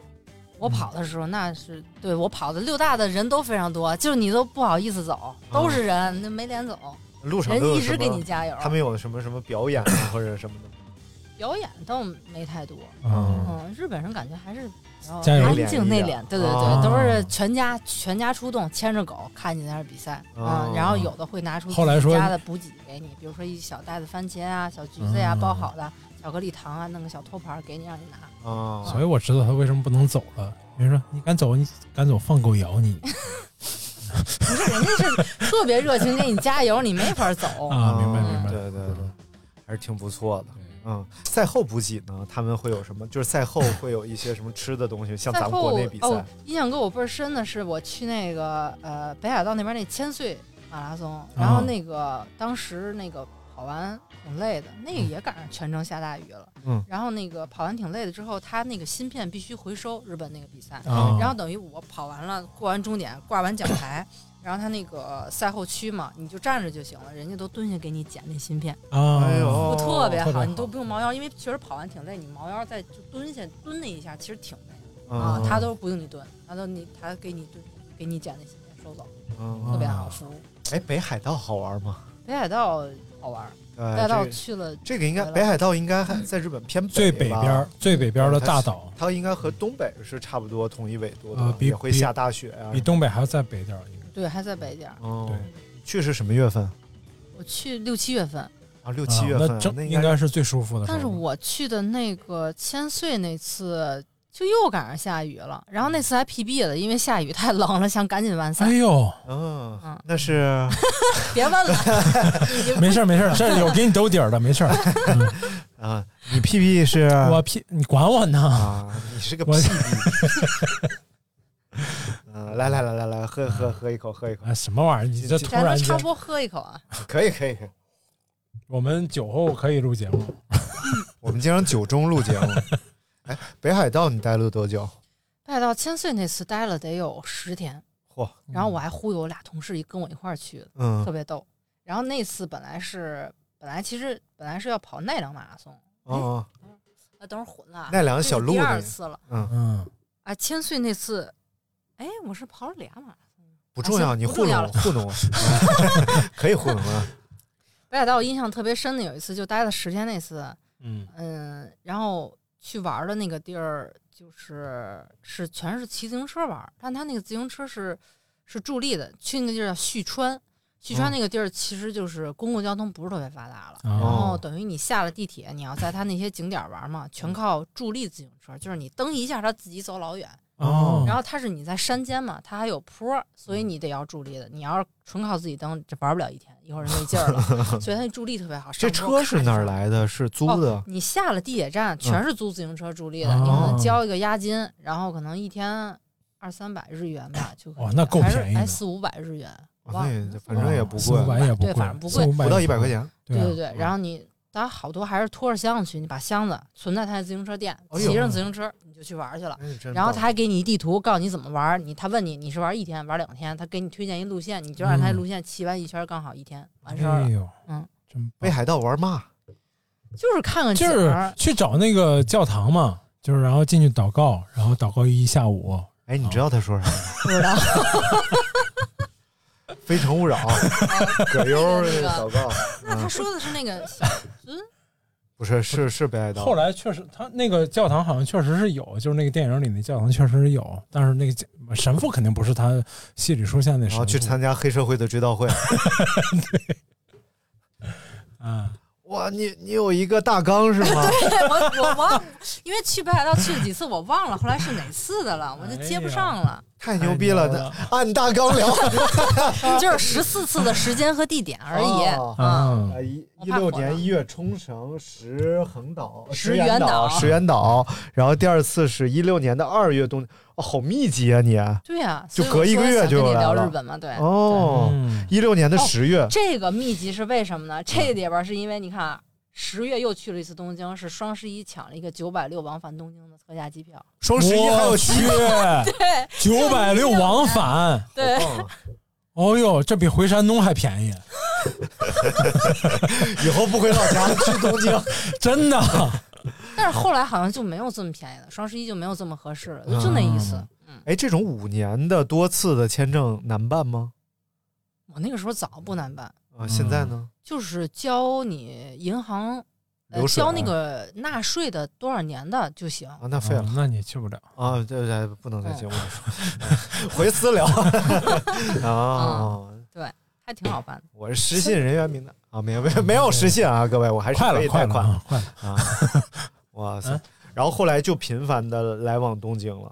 Speaker 4: 我跑的时候那是对我跑的六大的人都非常多，就是你都不好意思走，都是人，那没脸走，
Speaker 2: 路上
Speaker 4: 人
Speaker 2: 哦都有
Speaker 4: 一
Speaker 2: 什
Speaker 4: 直给
Speaker 2: 么
Speaker 4: 你加油。
Speaker 2: 他们有什么什么表演啊或者什么的吗。
Speaker 4: 表演倒没太多，
Speaker 2: 嗯
Speaker 4: 嗯，日本人感觉还是比较
Speaker 2: 加油
Speaker 4: 安静内
Speaker 2: 内敛一
Speaker 4: 敛
Speaker 2: 点，
Speaker 4: 对对对，
Speaker 2: 哦
Speaker 5: 啊
Speaker 4: 都是全家全家出动，牵着狗看你在那儿比赛，
Speaker 5: 哦
Speaker 4: 嗯，然后有的会拿出
Speaker 5: 后来
Speaker 4: 自己
Speaker 5: 说
Speaker 4: 家的补给给你，比如说一小袋子番茄啊、小橘子呀、
Speaker 5: 嗯
Speaker 4: 包好的巧克力糖啊，弄个小托盘儿给你让你拿，
Speaker 2: 哦，
Speaker 5: 所以我知道他为什么不能走了。有人说你敢走，你敢走，放狗咬你
Speaker 4: 不是人家是特别热情给你加油，你没法 走
Speaker 5: 啊！明白
Speaker 4: 嗯
Speaker 5: 明白，
Speaker 2: 哦对对对，还是挺不错的。嗯，赛后补给呢，他们会有什么？就是赛后会有一些什么吃的东西，像
Speaker 4: 赛
Speaker 2: 咱们
Speaker 4: 后
Speaker 2: 国内比赛。
Speaker 4: 哦，印象给我倍儿深的是，我去那个呃北海道那边那千岁马拉松，然后那个、当时那个跑完挺累的，那个也赶上全程下大雨了。
Speaker 2: 嗯
Speaker 4: 然后那个跑完挺累的之后，他那个芯片必须回收，日本那个比赛。
Speaker 5: 哦
Speaker 4: 然后等于我跑完了，过完终点，挂完奖牌。然后他那个赛后区嘛，你就站着就行了，人家都蹲下给你捡那芯片，
Speaker 5: 啊
Speaker 2: 哎
Speaker 4: 不
Speaker 2: 呦，
Speaker 4: 哦特别
Speaker 5: 特别
Speaker 4: 好，你都不用猫腰，因为确实跑完挺累，你猫腰再就蹲下蹲那一下，其实挺累的。
Speaker 2: 嗯
Speaker 5: 哦
Speaker 4: 啊，他都不用你蹲，他都你他给你蹲，给你捡那芯片收走，
Speaker 2: 特
Speaker 5: 哦
Speaker 4: 特
Speaker 5: 嗯
Speaker 4: 别好。服务。
Speaker 2: 嗯哎，北海道好玩吗？
Speaker 4: 北海道好玩儿，
Speaker 2: 呃
Speaker 5: 哎
Speaker 4: 北海道
Speaker 2: 这个
Speaker 4: 去了
Speaker 2: 这个应该
Speaker 4: 回来
Speaker 2: 北海道应该还在日本偏北
Speaker 5: 最北
Speaker 2: 吧
Speaker 5: 边儿最北边儿的大岛，
Speaker 2: 它是它应该和东北是差不多同一纬度的，
Speaker 5: 呃，比
Speaker 2: 也会下大雪啊。
Speaker 5: 比东北还要再北点儿一个。
Speaker 4: 对，还在北边儿。
Speaker 2: 哦，去是什么月份
Speaker 4: 我去六七月份，
Speaker 2: 啊？六七月
Speaker 5: 啊
Speaker 2: 份，
Speaker 5: 那正
Speaker 2: 应
Speaker 5: 应该是最舒服的时
Speaker 4: 但是
Speaker 5: 候。
Speaker 4: 我去的那个千岁那次就又赶上下雨了，然后那次还 PB 了，因为下雨太冷了，想赶紧完赛。
Speaker 5: 哎呦，
Speaker 2: 嗯，
Speaker 4: 嗯，
Speaker 2: 那是
Speaker 4: 别问 了，已经
Speaker 5: 没事儿没事儿，这有给你兜底儿的，没事儿。
Speaker 2: 啊，你 PB 是
Speaker 5: 我屁，你管我呢？
Speaker 2: 啊，你是个
Speaker 5: 我
Speaker 2: PB。嗯，来来来来来，喝喝喝一口，喝一口。
Speaker 5: 啊，什么玩意儿？你这突
Speaker 4: 咱
Speaker 5: 然
Speaker 4: 们
Speaker 5: 间
Speaker 4: 插，播喝一口啊。
Speaker 2: 可以可以可以，
Speaker 5: 我们酒后可以录节目。
Speaker 2: 我们经常九中录节目。哎，北海道你待了多久？
Speaker 4: 北海道千岁那次待了得有十天，
Speaker 2: 嚯！
Speaker 4: 然
Speaker 5: 嗯
Speaker 4: 后我还忽悠我俩同事一跟我一块儿去的，
Speaker 2: 嗯
Speaker 4: 特别逗。然后那次本来是本来其实本来是要跑奈良马拉松，
Speaker 2: 哦，
Speaker 4: 啊，等会儿混了啊，
Speaker 2: 奈良小路
Speaker 4: 这是第
Speaker 2: 那
Speaker 4: 二
Speaker 2: 个
Speaker 4: 次了
Speaker 2: 嗯
Speaker 5: 嗯，
Speaker 4: 啊，千岁那次，哎，我是跑了俩马拉松，
Speaker 2: 不重要，
Speaker 4: 行
Speaker 2: 你
Speaker 4: 不
Speaker 2: 糊
Speaker 4: 重
Speaker 2: 弄
Speaker 4: 要
Speaker 2: 我
Speaker 4: 了
Speaker 2: 糊弄我， 可以糊弄 啊。
Speaker 4: 北海道我印象特别深的有一次就待了十天那次，
Speaker 5: 嗯
Speaker 4: 嗯，然后去玩的那个地儿，就是是全是骑自行车玩儿，但他那个自行车是是助力的。去那个地儿叫旭川，旭川
Speaker 6: 嗯
Speaker 4: 那个地儿其实就是公共交通不是特别发达了，
Speaker 5: 嗯
Speaker 6: 哦
Speaker 4: 然
Speaker 5: 啊
Speaker 4: 后等于你下了地铁，你要在他那些景点玩
Speaker 2: 嗯
Speaker 4: 嘛，全靠助力自行车，就是你蹬一下，它自己走老远。
Speaker 6: 哦
Speaker 4: 然后它是你在山间嘛，它还有坡，所以你得要助力的。你要是纯靠自己蹬，这玩不了一天，一会儿就没劲 儿了。所以它那助力特别好。
Speaker 2: 这
Speaker 4: 上坡
Speaker 2: 车是哪儿来的？是租的
Speaker 4: 哦？。你下了地铁站，全是租自行车助力的，
Speaker 2: 嗯
Speaker 4: 你可能
Speaker 2: 哦
Speaker 4: 交一个押金，然后可能一天二三百日元吧，就可以
Speaker 2: 哇哦那够
Speaker 4: 还是
Speaker 2: 便宜的
Speaker 4: 哎四五百日元，哇，
Speaker 2: 那反正也不
Speaker 5: 四五百
Speaker 2: 贵，
Speaker 5: 也不
Speaker 4: 对，
Speaker 5: 贵，
Speaker 4: 反正不
Speaker 5: 四
Speaker 4: 贵，
Speaker 5: 五百
Speaker 2: 不到100
Speaker 5: 也
Speaker 2: 块钱
Speaker 4: 对
Speaker 5: 对啊
Speaker 4: 对对，然后你。当然，好多还是拖着箱子去，你把箱子存在他的自行车店，
Speaker 2: 哎呦
Speaker 4: 骑上自行车你就去玩去了
Speaker 2: 哎真。
Speaker 4: 然后他
Speaker 2: 棒
Speaker 4: 还给你地图，告诉你怎么玩。你他问你你是玩一天玩两天，他给你推荐一路线，你就按他
Speaker 2: 嗯
Speaker 4: 路线骑完一圈，刚好一天完事儿
Speaker 5: 哎
Speaker 4: 了
Speaker 5: 呦。，
Speaker 4: 嗯，
Speaker 5: 真
Speaker 2: 北海道玩嘛？
Speaker 4: 就是看看景
Speaker 5: 就是
Speaker 2: 啊
Speaker 4: 儿。
Speaker 5: 去找那个教堂嘛，就是然后进去祷告，然后祷告一下午。
Speaker 2: 哎，你知道他说啥？
Speaker 4: 不知道。
Speaker 2: 非诚勿 扰，葛优
Speaker 4: 那个
Speaker 2: 祷告。
Speaker 4: 那他
Speaker 2: 嗯
Speaker 4: 说的是那个小 樽，
Speaker 2: 不是是是北海道。
Speaker 5: 后来确实，他那个教堂好像确实是有，就是那个电影里的教堂确实是有，但是那个教神父肯定不是他戏里出现的
Speaker 2: 然
Speaker 5: 神
Speaker 2: 后
Speaker 5: 父。
Speaker 2: 啊去参加黑社会的追悼会。
Speaker 5: 啊，
Speaker 2: 哇，你你有一个大纲是 吗？
Speaker 4: 我我忘，因为去北海道去了几次，我忘了后来是哪次的了，我就接不上了。
Speaker 2: 太牛逼了！
Speaker 5: 啊
Speaker 2: 的按大纲聊，
Speaker 4: 就是十四次的时间和地点而已。
Speaker 2: 哎
Speaker 4: 嗯
Speaker 2: 哦
Speaker 5: 啊
Speaker 2: 呃一
Speaker 4: 我
Speaker 2: 一
Speaker 4: 怕
Speaker 2: 六
Speaker 4: 火了
Speaker 2: 年一月，冲绳石横岛、
Speaker 4: 石
Speaker 2: 原
Speaker 4: 原岛
Speaker 2: 石原岛，然后第二次是一六年的二月冬，哦，好密集啊你！
Speaker 4: 对呀、所
Speaker 2: 就
Speaker 4: 以我
Speaker 2: 隔一个
Speaker 4: 说
Speaker 2: 月
Speaker 4: 想跟
Speaker 2: 就
Speaker 4: 你
Speaker 2: 来
Speaker 4: 聊
Speaker 2: 了
Speaker 4: 日本嘛，对。
Speaker 2: 哦，
Speaker 5: 嗯
Speaker 2: 一六年的十月，
Speaker 4: 这个密集是为什么
Speaker 2: 嗯
Speaker 4: 呢？这里边是因为你看啊，十月又去了一次东京，是双十一抢了一个九百六往返东京的特价机票。
Speaker 2: 双十一还有
Speaker 5: 我
Speaker 2: 七
Speaker 5: 去九百六往返，
Speaker 4: 对，
Speaker 2: 嗯
Speaker 5: 哦呦，这比回山东还便宜。
Speaker 2: 以后不回老家，去东京，
Speaker 5: 真的。
Speaker 4: 但是后来好像就没有这么便宜了，双十一就没有这么合适了，就那意思。
Speaker 2: 嗯。哎，这种五年的多次的签证难办吗？
Speaker 4: 我那个时候早不难办，
Speaker 2: 啊，现在呢？
Speaker 4: 就是交你银行。呃
Speaker 2: 流，水
Speaker 4: 交那个纳税的多少年的就行，
Speaker 2: 啊， 那废了，
Speaker 5: 哦那你去不了
Speaker 2: 啊！对对，不能在节目里说，回私聊 啊！
Speaker 4: 对，还挺好办的。
Speaker 2: 我是失信人员名单啊，没有没有没有失信啊，各位，我还是
Speaker 5: 快了
Speaker 2: 可以贷款
Speaker 5: 快了啊快了
Speaker 2: 啊！哇塞
Speaker 5: 嗯！
Speaker 2: 然后后来就频繁的来往东京了。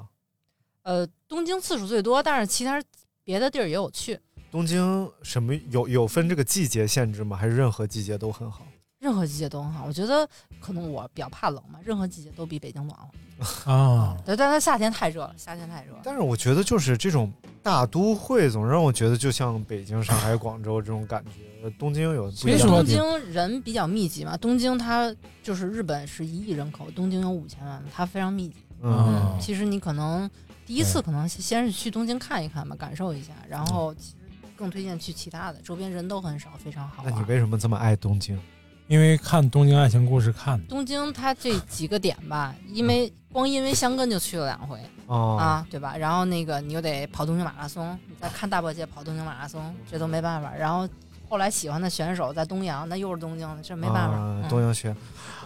Speaker 4: 呃，东京次数最多，但是其他别的地儿也有去，
Speaker 2: 东京什么有有分这个季节限制吗？还是任何季节都很好？
Speaker 4: 任何季节都很好。我觉得可能我比较怕冷嘛，任何季节都比北京暖和。
Speaker 5: 啊，
Speaker 4: 对，但它夏天太热了，夏天太热了。
Speaker 2: 但是我觉得就是这种大都会，总让我觉得就像北京、上海、广州这种感觉。东京有不一样的
Speaker 4: 东
Speaker 2: 地方。
Speaker 4: 京人比较密集嘛，东京它就是日本是一亿人口，东京有五千万，它非常密集。
Speaker 2: 嗯
Speaker 4: 其实你可能第一次可能先是去东京看一看吧，感受一下，然
Speaker 2: 嗯
Speaker 4: 后其实更推荐去其他的，周边人都很少，非常好
Speaker 2: 那
Speaker 4: 玩。
Speaker 2: 你为什么这么爱东京？
Speaker 5: 因为看《东京爱情故事》看的，
Speaker 4: 东京它这几个点吧，因
Speaker 2: 嗯
Speaker 4: 为光因为香根就去了两回、
Speaker 5: 哦
Speaker 4: 啊，对吧？然后那个你又得跑东京马拉松，你再看大破街跑东京马拉
Speaker 2: 嗯
Speaker 4: 松，这都没办法。然后后来喜欢的选手在东阳，那又是东京的，这没办法。
Speaker 2: 啊
Speaker 4: 嗯、
Speaker 2: 东阳学，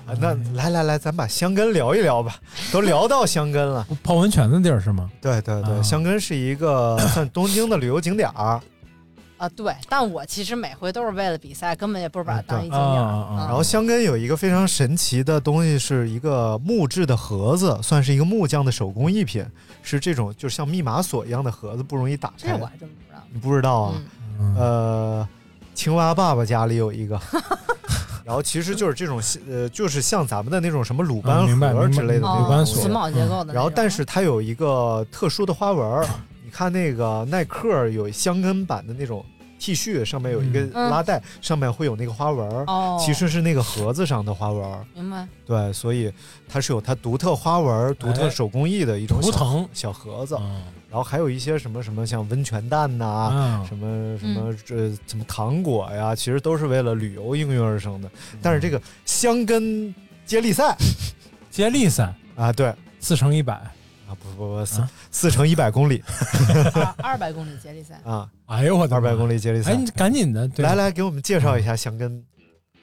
Speaker 2: 啊，那来来来，咱把香根聊一聊吧，都聊到香根了。
Speaker 5: 泡温泉的地儿是吗？
Speaker 2: 对对对，香根是一个算东京的旅游景点儿，
Speaker 4: 啊，对，但我其实每回都是为了比赛，根本也不是把它
Speaker 2: 对
Speaker 4: 当一景点
Speaker 5: 啊
Speaker 4: 儿。啊
Speaker 2: 然后香根有一个非常神奇的东西，是一个木质的盒子，算是一个木匠的手工艺品，是这种就像密码锁一样的盒子，不容易打
Speaker 4: 这
Speaker 2: 开
Speaker 4: 我。还嗯真不知道。
Speaker 2: 你不知道啊？
Speaker 5: 嗯
Speaker 2: 呃，青蛙爸爸家里有一 个。然后其实就是这种，呃，就是像咱们的那种什么鲁班
Speaker 5: 啊明白
Speaker 2: 盒
Speaker 5: 明白
Speaker 2: 之类的那
Speaker 4: 哦
Speaker 2: 种东西
Speaker 4: 榫卯结构的那
Speaker 2: 然后
Speaker 4: 种，
Speaker 2: 但是它有一个特殊的花纹儿，
Speaker 4: 嗯
Speaker 2: 你看那个耐克儿有香根版的那种 T 恤，上面有一个
Speaker 4: 嗯
Speaker 2: 拉带，上面会有那个花纹儿，
Speaker 4: 哦
Speaker 2: 其实是那个盒子上的花纹儿。
Speaker 4: 明白。
Speaker 2: 对，所以它是有它独特花纹儿、独特手工艺的一种
Speaker 5: 哎图
Speaker 2: 小
Speaker 5: 腾
Speaker 2: 小盒子，然后还有一些什么什么像温泉蛋呐、
Speaker 5: 嗯
Speaker 2: 什么什么这什么糖果呀，其实都是为了旅游应运而生的。但
Speaker 5: 嗯
Speaker 2: 是这个香根接力赛，
Speaker 5: 接力赛
Speaker 2: 啊，对，
Speaker 5: 四乘一百
Speaker 2: 啊，不不不，四四乘一百公里
Speaker 4: 二百公里接 力赛，
Speaker 2: 啊！
Speaker 5: 哎呦我
Speaker 2: 二百公里接力赛，
Speaker 5: 哎你赶紧的对
Speaker 2: 来来给我们介绍一下香根。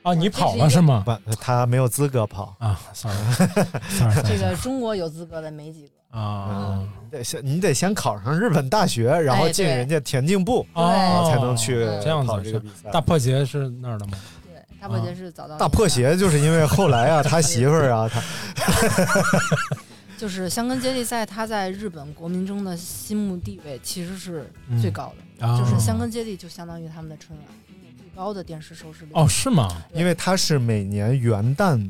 Speaker 5: 哦，你跑了 是吗？
Speaker 2: 不，他没有资格跑
Speaker 5: 啊！sorry，sorry，
Speaker 4: 这个中国有资格的没几个。
Speaker 5: 啊、嗯，
Speaker 2: 得先你得先考上日本大学，然后进人家田径部，
Speaker 4: 哎
Speaker 2: 啊
Speaker 5: 哦，
Speaker 2: 才能去
Speaker 5: 这样子
Speaker 2: 这个比赛。
Speaker 5: 大破鞋是那儿的吗？
Speaker 4: 对，大破鞋是早到、啊。
Speaker 2: 大破鞋就是因为后来啊，他媳妇儿啊，他
Speaker 4: 就是香根接力赛，他在日本国民中的心目地位其实是最高的，嗯、
Speaker 5: 哦啊
Speaker 4: 就是香根接力就相当于他们的春晚，最高的电视收视率。
Speaker 5: 哦，是吗？
Speaker 2: 因为他是每年元旦。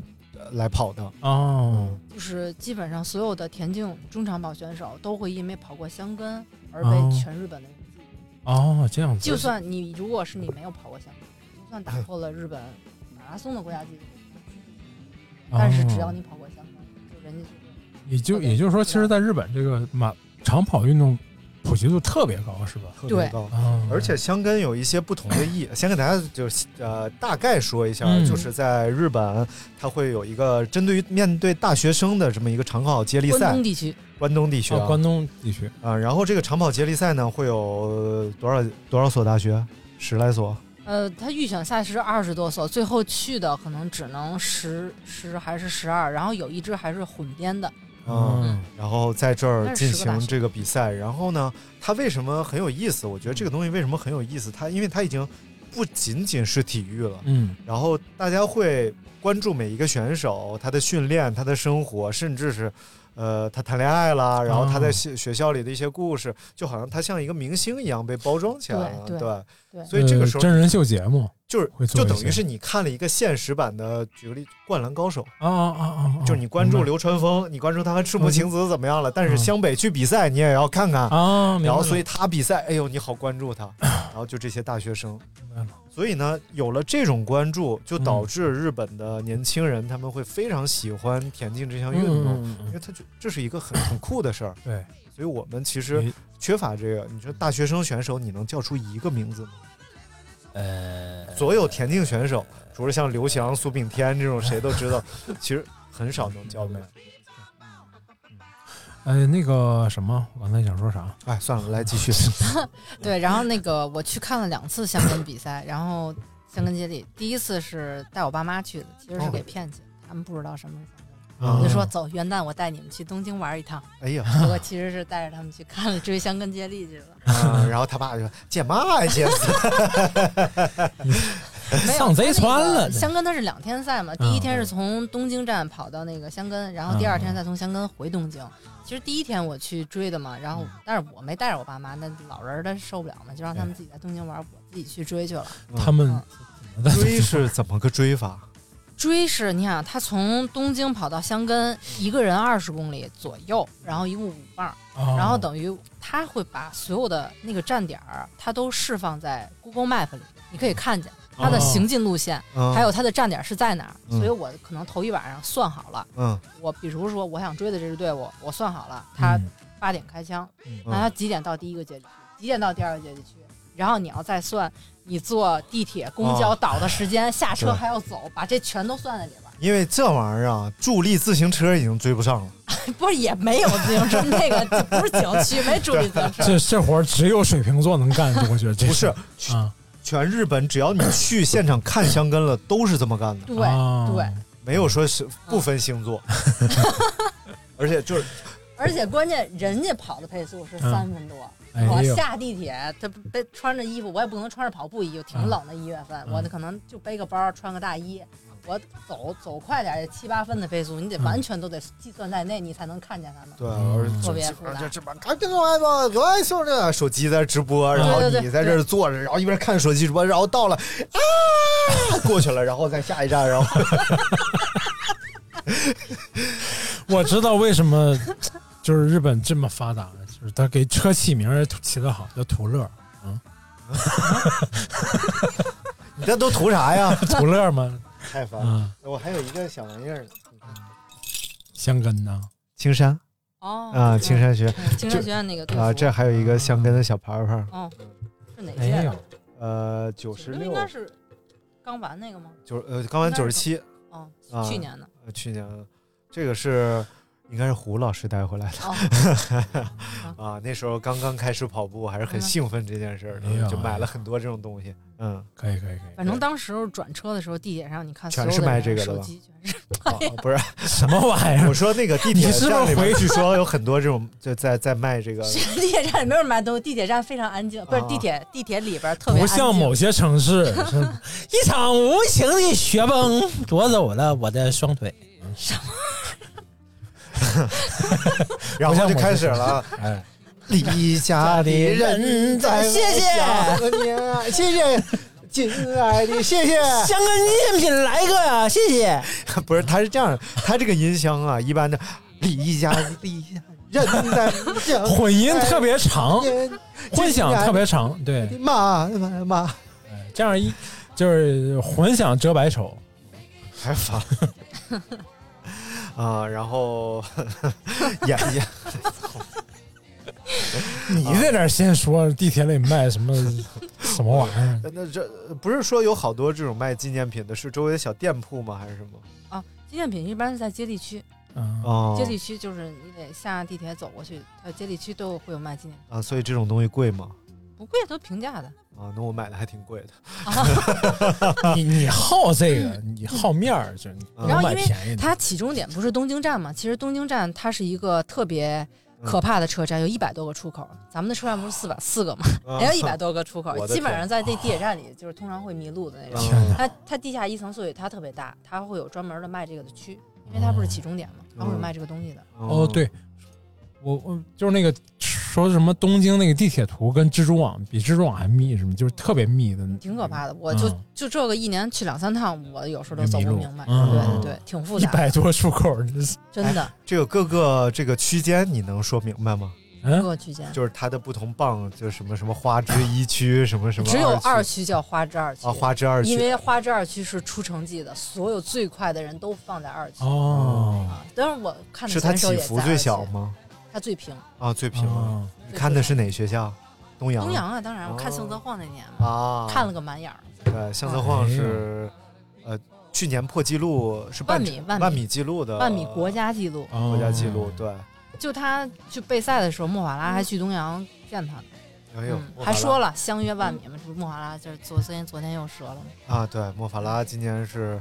Speaker 2: 来跑的
Speaker 5: 哦、
Speaker 4: 嗯，就是基本上所有的田径中长跑选手都会因为跑过箱根而被全日本的人记
Speaker 5: 住。哦，这样子。
Speaker 4: 就算你如果是你没有跑过箱根，就算打破了日本马拉松的国家纪录，但是
Speaker 5: 哦
Speaker 4: 只要你跑过箱根，就人家
Speaker 5: 也就也就是说，其实在日本这个马长跑运动。普及度特别高，是吧？
Speaker 2: 特别高，
Speaker 5: 嗯、
Speaker 2: 而且香根有一些不同的 意。先给大家就是呃大概说一下，
Speaker 5: 嗯、
Speaker 2: 就是在日本，它会有一个针对于面对大学生的这么一个长跑接力赛。
Speaker 4: 关东地区，
Speaker 2: 关东地区啊，
Speaker 5: 哦、关东地区
Speaker 2: 啊、呃。然后这个长跑接力赛呢，会有多少多少所大学？十来所。
Speaker 4: 呃，他预选赛是二十多所，最后去的可能只能十十还是十二，然后有一支还是混编的。
Speaker 2: 嗯，嗯然后在这儿进行这个比赛，然后呢，它为什么很有意思？我觉得这个东西为什么很有意思？它因为它已经不仅仅是体育了，
Speaker 5: 嗯，
Speaker 2: 然后大家会关注每一个选手他的训练、他的生活，甚至是呃他谈恋爱啦，然后他在学学校里的一些故事，哦、就好像他像一个明星一样被包装起来了，
Speaker 4: 对
Speaker 2: 对。对所以这个时候、
Speaker 5: 呃、真人秀节目。
Speaker 2: 就是就等于是你看了一个现实版的，举个例，《灌篮高手》
Speaker 5: 啊啊啊！
Speaker 2: 就是你关注流川枫，你关注他和赤木晴子怎么样了，但是湘北去比赛你也要看看
Speaker 5: 嗯啊。
Speaker 2: 然后所以他比赛，哎呦，你好关注他。然后就这些大学生，所以呢，有了这种关注，就导致日本的年轻人他们会非常喜欢田径
Speaker 5: 嗯
Speaker 2: 这项运动，因为他就这是一个很很酷的事儿。
Speaker 5: 对，
Speaker 2: 所以我们其实缺乏这个。你说大学生选手，你能叫出一个名字吗？
Speaker 5: 呃，
Speaker 2: 所有田径选手，除了像刘翔、苏炳添这种谁都知道，其实很少能叫来。
Speaker 5: 哎，那个什么，我刚才想说啥？
Speaker 2: 哎，算了，来继续。
Speaker 4: 对，然后那个我去看了两次香根比赛，然后香根接力，第一次是带我爸妈去的，其实
Speaker 5: 哦
Speaker 4: 是给骗去，他们不知道什么是香根，我就说走，元旦我带你们去东京玩一 趟。
Speaker 2: 嗯哎呀，
Speaker 4: 我其实是带着他们去看了追香根接力去了。
Speaker 2: 嗯，然后他爸就说：“姐妈呀，姐，
Speaker 5: 上哎贼船了。”嗯
Speaker 4: 香根它是两天赛嘛，第一天是从东京站跑到那个香根，然后第二天再从香根回东京。其实第一天我去追的嘛，然
Speaker 5: 嗯
Speaker 4: 后但是我没带着我爸妈，那老人他受不了嘛，就让他们自己在东京玩，我自己去追去了。啊
Speaker 5: 他们
Speaker 4: 嗯
Speaker 2: 追是怎么个追法？
Speaker 4: 追是你想，他从东京跑到箱根，一个人二十公里左右，然后一共五棒，
Speaker 5: 哦、
Speaker 4: 然后等于他会把所有的那个站点儿，他都释放在 Google Map 里，你可以看见他
Speaker 5: 啊
Speaker 4: 的行进路线，
Speaker 2: 哦、
Speaker 4: 还有他的站点是在哪儿。
Speaker 2: 嗯、
Speaker 4: 所以我可能头一晚上算好了，
Speaker 2: 嗯，
Speaker 4: 我比如说我想追的这支队伍，我算好了，他
Speaker 5: 嗯
Speaker 4: 八点开枪，
Speaker 2: 嗯、
Speaker 4: 那他几点到第一个街区，几点到第二个街区，然后你要再算。你坐地铁、公交倒的时间，
Speaker 2: 哦、
Speaker 4: 下车还要走，把这全都算在里边。
Speaker 2: 因为这玩意儿啊，助力自行车已经追不上了。
Speaker 4: 不是也没有自行车，那 个不是景区没助力自行车。
Speaker 5: 这这活儿只有水瓶座能干，我觉得这
Speaker 2: 不是
Speaker 5: 啊。
Speaker 2: 全日本只要你去现场看香根了，都是这么干的。
Speaker 4: 对
Speaker 2: 哦
Speaker 5: 啊
Speaker 4: 对，对
Speaker 2: 没有说是不分星座，嗯、而且就是。
Speaker 4: 而且关键，人家跑的配速是三分多，
Speaker 5: 嗯哎、
Speaker 4: 我下地铁，他背穿着衣服，我也不可能穿着跑步衣服，挺冷的一月份，
Speaker 5: 嗯、
Speaker 4: 我可能就背个包，穿个大衣，我走走快点也七八分的配速，你得完全都得计算在内，你才能看见他们。
Speaker 2: 嗯对，而
Speaker 4: 嗯特别复杂。
Speaker 2: 这这赶紧来吧，来哎兄弟！手机在直播，然后你在这坐着，然后一边看手机直播，然后到了啊，过去了，然后再下一站，然后。
Speaker 5: 我知道为什么。就是日本这么发达了，就是他给车起名儿起的好，叫途乐。 嗯，
Speaker 2: 你这都图啥呀？
Speaker 5: 途乐吗？啊
Speaker 2: 太烦了！嗯、我还有一个小玩意儿呢，
Speaker 5: 香根呢？
Speaker 2: 青山
Speaker 4: 哦
Speaker 2: 啊，青山学，
Speaker 4: 青山学院那个
Speaker 2: 啊，这还有一个香根的小牌牌。
Speaker 4: 哦，是哪
Speaker 5: 届
Speaker 4: 的？
Speaker 2: 呃，哎九十六
Speaker 4: 应该是刚完那个吗？
Speaker 2: 九呃，刚完九十七。
Speaker 4: 哦，
Speaker 2: 啊
Speaker 4: 去年的。
Speaker 2: 去年，这个是。应该是胡老师带回来的， 啊，那时候刚刚开始跑步，还是很兴奋这件事儿的，
Speaker 5: 嗯
Speaker 2: 就买了很多这种东西。 嗯，
Speaker 5: 可以可以可以。
Speaker 4: 反正当时转车的时候，地铁上你看所
Speaker 2: 全
Speaker 4: 有
Speaker 2: 是
Speaker 4: 的
Speaker 2: 卖
Speaker 4: 人
Speaker 2: 这个的
Speaker 4: 手
Speaker 2: 吧
Speaker 4: 机
Speaker 2: 啊
Speaker 4: 全是
Speaker 2: 不是
Speaker 5: 什么玩意儿
Speaker 2: 我说那个地铁
Speaker 5: 你是不是
Speaker 2: 站里面
Speaker 5: 回
Speaker 2: 据说有很多这种就在在卖 这个，
Speaker 4: 地铁站也没有人买东西，地铁站非常安静，不是地铁地铁里边特别
Speaker 5: 不
Speaker 4: 安
Speaker 5: 像
Speaker 4: 静
Speaker 5: 某些 城市，是一场无情的雪崩夺走了我的双腿。
Speaker 2: 然后就开始了。
Speaker 5: 哎，
Speaker 2: 离家的人在
Speaker 3: 谢谢
Speaker 2: 谢，啊谢谢，亲爱的，谢谢。
Speaker 3: 香根赝品来一个，谢谢。
Speaker 2: 不是，他是这样的，他这个音箱啊，一般的离家离家人在
Speaker 5: 混音特别长， 混响特别长，对，哎
Speaker 2: 妈妈 妈，
Speaker 5: 这样一就是混响遮百丑，
Speaker 2: 太烦了。啊，然 后演演，
Speaker 4: 啊
Speaker 5: 你在那儿先说地铁里 卖什么什么玩意儿？
Speaker 2: 那这不是说有好多这种卖纪念品的，是周围的小店铺吗？还是什么？
Speaker 4: 啊。纪念品一般是在接力区，
Speaker 5: 啊
Speaker 2: 哦
Speaker 4: 接力区嗯就是你得下地铁走过去，还有接力区都有会有卖纪念品，
Speaker 2: 啊，所以这种东西贵吗？
Speaker 4: 不贵都平价的。
Speaker 2: 啊，那我买的还挺贵的。
Speaker 5: 你你好这个，你好面儿，就是你不
Speaker 4: 然
Speaker 5: 能
Speaker 4: 后
Speaker 5: 买
Speaker 4: 因为
Speaker 5: 便宜的。
Speaker 4: 它起终点不是东京站嘛，其实东京站它是一个特别可怕的车站，有一百多个出口，咱们的车站不是四百四个嘛，
Speaker 6: 啊
Speaker 4: 也有一百多个出口
Speaker 6: 我，的
Speaker 4: 基本
Speaker 6: 天
Speaker 4: 上在这地铁站里就是通常会迷路的
Speaker 2: 啊
Speaker 4: 那种
Speaker 6: 天。哪
Speaker 4: 它它地下一层，所以它特别大，它会有专门的卖这个的区，因为它不是
Speaker 2: 哦
Speaker 4: 起终点嘛，它会有卖这个东西的。
Speaker 5: 哦，对，我我就是那个说什么东京那个地铁图跟蜘蛛网比蜘蛛网还密，什么就是特别密的。
Speaker 4: 挺
Speaker 2: 嗯
Speaker 4: 可怕的，我就、就这个一年去两三趟，我有时候都走
Speaker 5: 迷
Speaker 4: 不
Speaker 5: 路
Speaker 4: 明白。
Speaker 5: 嗯
Speaker 4: 对对对，挺复
Speaker 5: 一
Speaker 4: 杂的。
Speaker 5: 百多出口，真是
Speaker 4: 真的
Speaker 2: 哎这个各个这个区间你能说明白吗？
Speaker 5: 各
Speaker 4: 个区间
Speaker 2: 就是它的不同棒，就是什么什么花之一区，什么什么
Speaker 4: 只有
Speaker 2: 二
Speaker 4: 二区叫花之二区
Speaker 2: 啊花之二区
Speaker 4: 因为花之二区是出成绩的，所有最快的人都放在二区。
Speaker 2: 哦
Speaker 4: 啊，当然我看的
Speaker 2: 是它
Speaker 4: 选手
Speaker 2: 起
Speaker 4: 也
Speaker 2: 伏
Speaker 4: 在
Speaker 2: 最
Speaker 4: 二
Speaker 2: 小
Speaker 4: 区，嗯
Speaker 2: 吗？
Speaker 4: 它最平。
Speaker 2: 啊，最平。
Speaker 5: 哦
Speaker 2: 你看的是哪学校？东阳。
Speaker 4: 东阳啊，当然我看
Speaker 2: 哦
Speaker 4: 宋泽晃那年嘛，
Speaker 2: 啊，
Speaker 4: 看了个满眼儿。
Speaker 2: 对，向泽晃是呃去年破纪录是半
Speaker 4: 万米万米
Speaker 2: 万米记录的
Speaker 4: 万米国家纪录，
Speaker 5: 哦
Speaker 2: 国
Speaker 5: 嗯
Speaker 2: 家纪录，对。
Speaker 4: 就他去备赛的时候，莫法
Speaker 2: 嗯
Speaker 4: 拉还去东阳见他呢，
Speaker 2: 哎呦，
Speaker 4: 嗯
Speaker 2: 莫法
Speaker 4: 还
Speaker 2: 拉
Speaker 4: 说了相约万米嘛，这不莫法拉就是昨天昨天又折了嘛，
Speaker 2: 啊，对，莫法拉今年是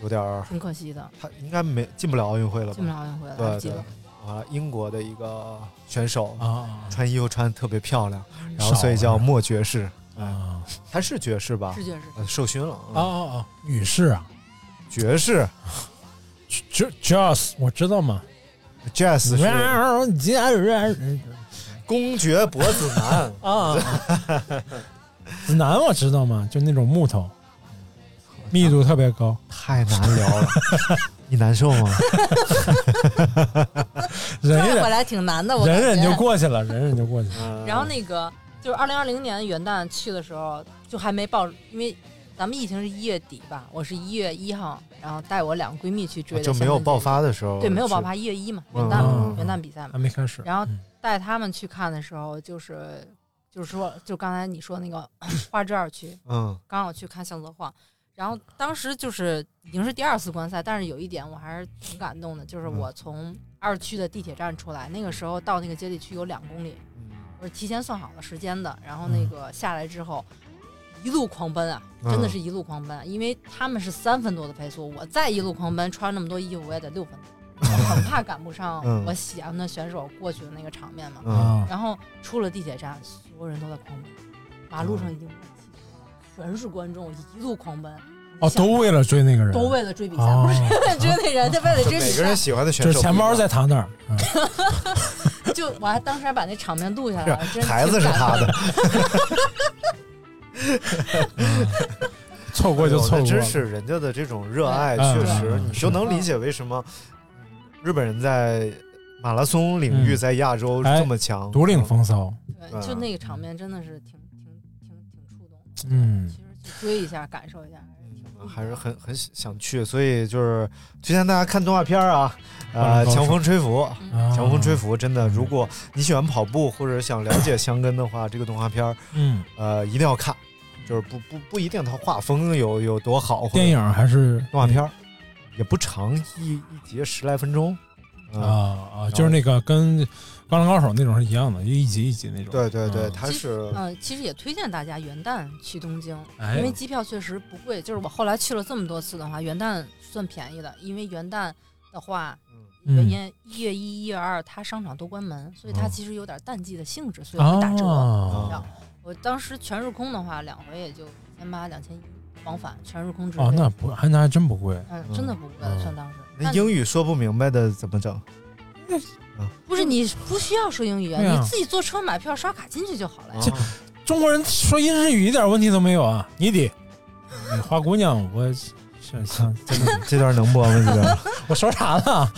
Speaker 2: 有点儿
Speaker 4: 挺可惜的。
Speaker 2: 他应该没进不了奥运会了吧？
Speaker 4: 进不了奥运会了
Speaker 2: 对
Speaker 4: 记
Speaker 2: 对
Speaker 4: 得，
Speaker 2: 完了，英国的一个选手
Speaker 5: 啊，
Speaker 2: 穿衣服穿的特别漂亮，然后
Speaker 5: 少
Speaker 2: 所以
Speaker 5: 了
Speaker 2: 叫莫爵士。
Speaker 5: 啊，
Speaker 2: 他是爵士吧？
Speaker 4: 是爵士
Speaker 2: 呃授勋了。
Speaker 5: 哦哦哦，女士啊，
Speaker 2: 爵士
Speaker 5: ，J Jazz，我知道吗
Speaker 2: ？Jazz 是
Speaker 5: 是
Speaker 2: 公爵脖子男
Speaker 5: 啊，指南我知道吗？就那种木头，密度特别高，
Speaker 2: 太难聊 了，你难受吗？
Speaker 5: 忍一
Speaker 4: 转回
Speaker 5: 忍，
Speaker 4: 来挺难的，我
Speaker 5: 忍
Speaker 4: 感
Speaker 5: 忍
Speaker 4: 觉
Speaker 5: 就过去了，忍忍就过去
Speaker 2: 了。
Speaker 4: 然后那个就是二零二零年元旦去的时候，就还没报，因为咱们疫情是一月底吧，我是一月一号，然后带我两个闺蜜去追的、
Speaker 2: 啊就没有爆，发的时候，
Speaker 4: 对，没有爆
Speaker 2: 是
Speaker 4: 发，一月一嘛，元
Speaker 2: 嗯
Speaker 4: 旦嘛
Speaker 2: 嗯，
Speaker 4: 元旦比赛嘛，
Speaker 5: 还没开始
Speaker 4: 然后带他们去看的时候，就是就是说，就刚才你说那个 花之二区，
Speaker 2: 嗯，
Speaker 4: 刚好去看向泽晃。然
Speaker 6: 嗯
Speaker 4: 后当时就是已经是第二次观赛，但是有一点我还是挺感动的，
Speaker 6: 嗯
Speaker 4: 就是我从二区的地铁站出来，那个时候到那个接力区有两公里，我是提前算好了时间的。然后那个下来之后，一路狂奔啊，
Speaker 6: 嗯
Speaker 4: 真的是一路狂奔啊，因为他们是三分多的配速，我再一路狂奔，穿那么多衣服我也得六分多，我很怕赶不上
Speaker 6: 嗯
Speaker 4: 我喜欢的选手过去的那个场面嘛。
Speaker 5: 啊
Speaker 2: 啊
Speaker 6: 嗯
Speaker 4: 然后出了地铁站，所有人都在狂奔，马路上已经没有汽车了，全是观众一路狂奔。
Speaker 5: 哦，都为了追那个人，
Speaker 4: 都为了 追比赛，
Speaker 5: 哦
Speaker 4: 不是为了追那人，就为了追比赛。
Speaker 2: 欢的
Speaker 4: 选手
Speaker 5: 就是钱包在 他那儿，
Speaker 2: 哎
Speaker 5: 嗯
Speaker 4: 就我还当时还把那场面录下来了，真
Speaker 5: 孩子是他的
Speaker 4: 的。
Speaker 5: 错过就错
Speaker 2: 哎呦那
Speaker 5: 过了
Speaker 2: 真是人家的这种热爱，
Speaker 5: 嗯
Speaker 2: 确实
Speaker 5: 嗯
Speaker 2: 你就能理解为什么日本人在马拉松领域
Speaker 5: 嗯
Speaker 2: 在亚洲这么强，
Speaker 5: 独领风骚，
Speaker 4: 对，就那个场面真的是挺挺
Speaker 5: 嗯，
Speaker 4: 去追一下，感受一下。
Speaker 2: 嗯还是很很想去，所以就是推荐大家看动画片儿啊，
Speaker 5: 暴
Speaker 2: 呃，
Speaker 5: 嗯力高手
Speaker 2: 《强风吹拂》，
Speaker 5: 嗯
Speaker 2: 《强风吹拂》真的，如果你喜欢跑步或者想了解香根的话，这个动画片儿，
Speaker 5: 嗯，
Speaker 2: 呃，一定要看，就是不不不一定它画风有有多好，或者
Speaker 5: 电影还是
Speaker 2: 动画片儿，也不长，一一集十来分钟，呃
Speaker 5: 啊啊，就是那个跟《灌篮高手》那种是一样的，一级一级那种。
Speaker 2: 对对对，
Speaker 5: 嗯
Speaker 2: 它是
Speaker 4: 嗯、其实也推荐大家元旦去东京，
Speaker 5: 哎
Speaker 4: 因为机票确实不贵。就是我后来去了这么多次的话，元旦算便宜的，因为元旦的话，
Speaker 5: 嗯
Speaker 4: 元元一月一、一月二，它商场都关门，所以它
Speaker 5: 哦
Speaker 4: 其实有点淡季的性质，所以会打折。
Speaker 5: 哦
Speaker 2: 啊嗯
Speaker 4: 你知道我当时全日空的话，两回也就一千八、两千一往返，全日空直飞。
Speaker 5: 哦，那不哦还那还真不贵。
Speaker 4: 嗯，真的不贵，算当时。
Speaker 2: 那英语说不明白的怎么整？
Speaker 4: 不是你不需要说英语啊，
Speaker 5: 对啊
Speaker 4: 你自己坐车买票刷卡进去就好了呀。
Speaker 5: 这中国人说英日语一点问题都没有啊！你得，你花姑娘，我是操， 真的
Speaker 2: 这段能播吗？这段
Speaker 5: 我说啥了？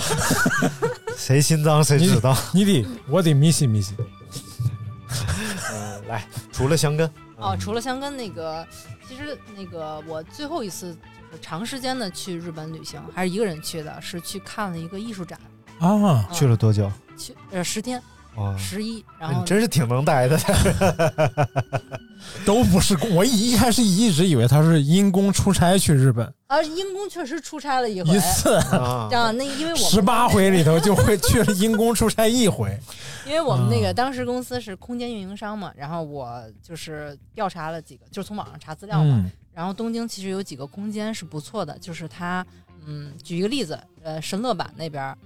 Speaker 2: 谁心脏谁知道？
Speaker 5: 你得，我得米西米西。
Speaker 2: 呃， 来，除了香根，
Speaker 4: 哦，除了香根那个，其实那个我最后一次就是长时间的去日本旅行，还是一个人去的，是去看了一个艺术展，
Speaker 2: 啊去了多久？
Speaker 4: 去呃十天，
Speaker 2: 啊，
Speaker 4: 十一，嗯然
Speaker 2: 那
Speaker 4: 后
Speaker 2: 你真是挺能待 的。
Speaker 5: 都不是公，我一一开始一直以为他是因公出差去日本，
Speaker 4: 啊，因公确实出差了一回
Speaker 5: 一次
Speaker 2: 嗯
Speaker 4: 啊，那因为我们
Speaker 5: 十八回里头就会去了因公出差一回。
Speaker 4: 因为我们
Speaker 2: 啊
Speaker 4: 那个当时公司是空间运营商嘛，然后我就是调查了几个，就是从网上查资料嘛。
Speaker 5: 嗯
Speaker 4: 然后东京其实有几个空间是不错的，就是它，嗯，举一个例子，呃，神乐坂那边儿，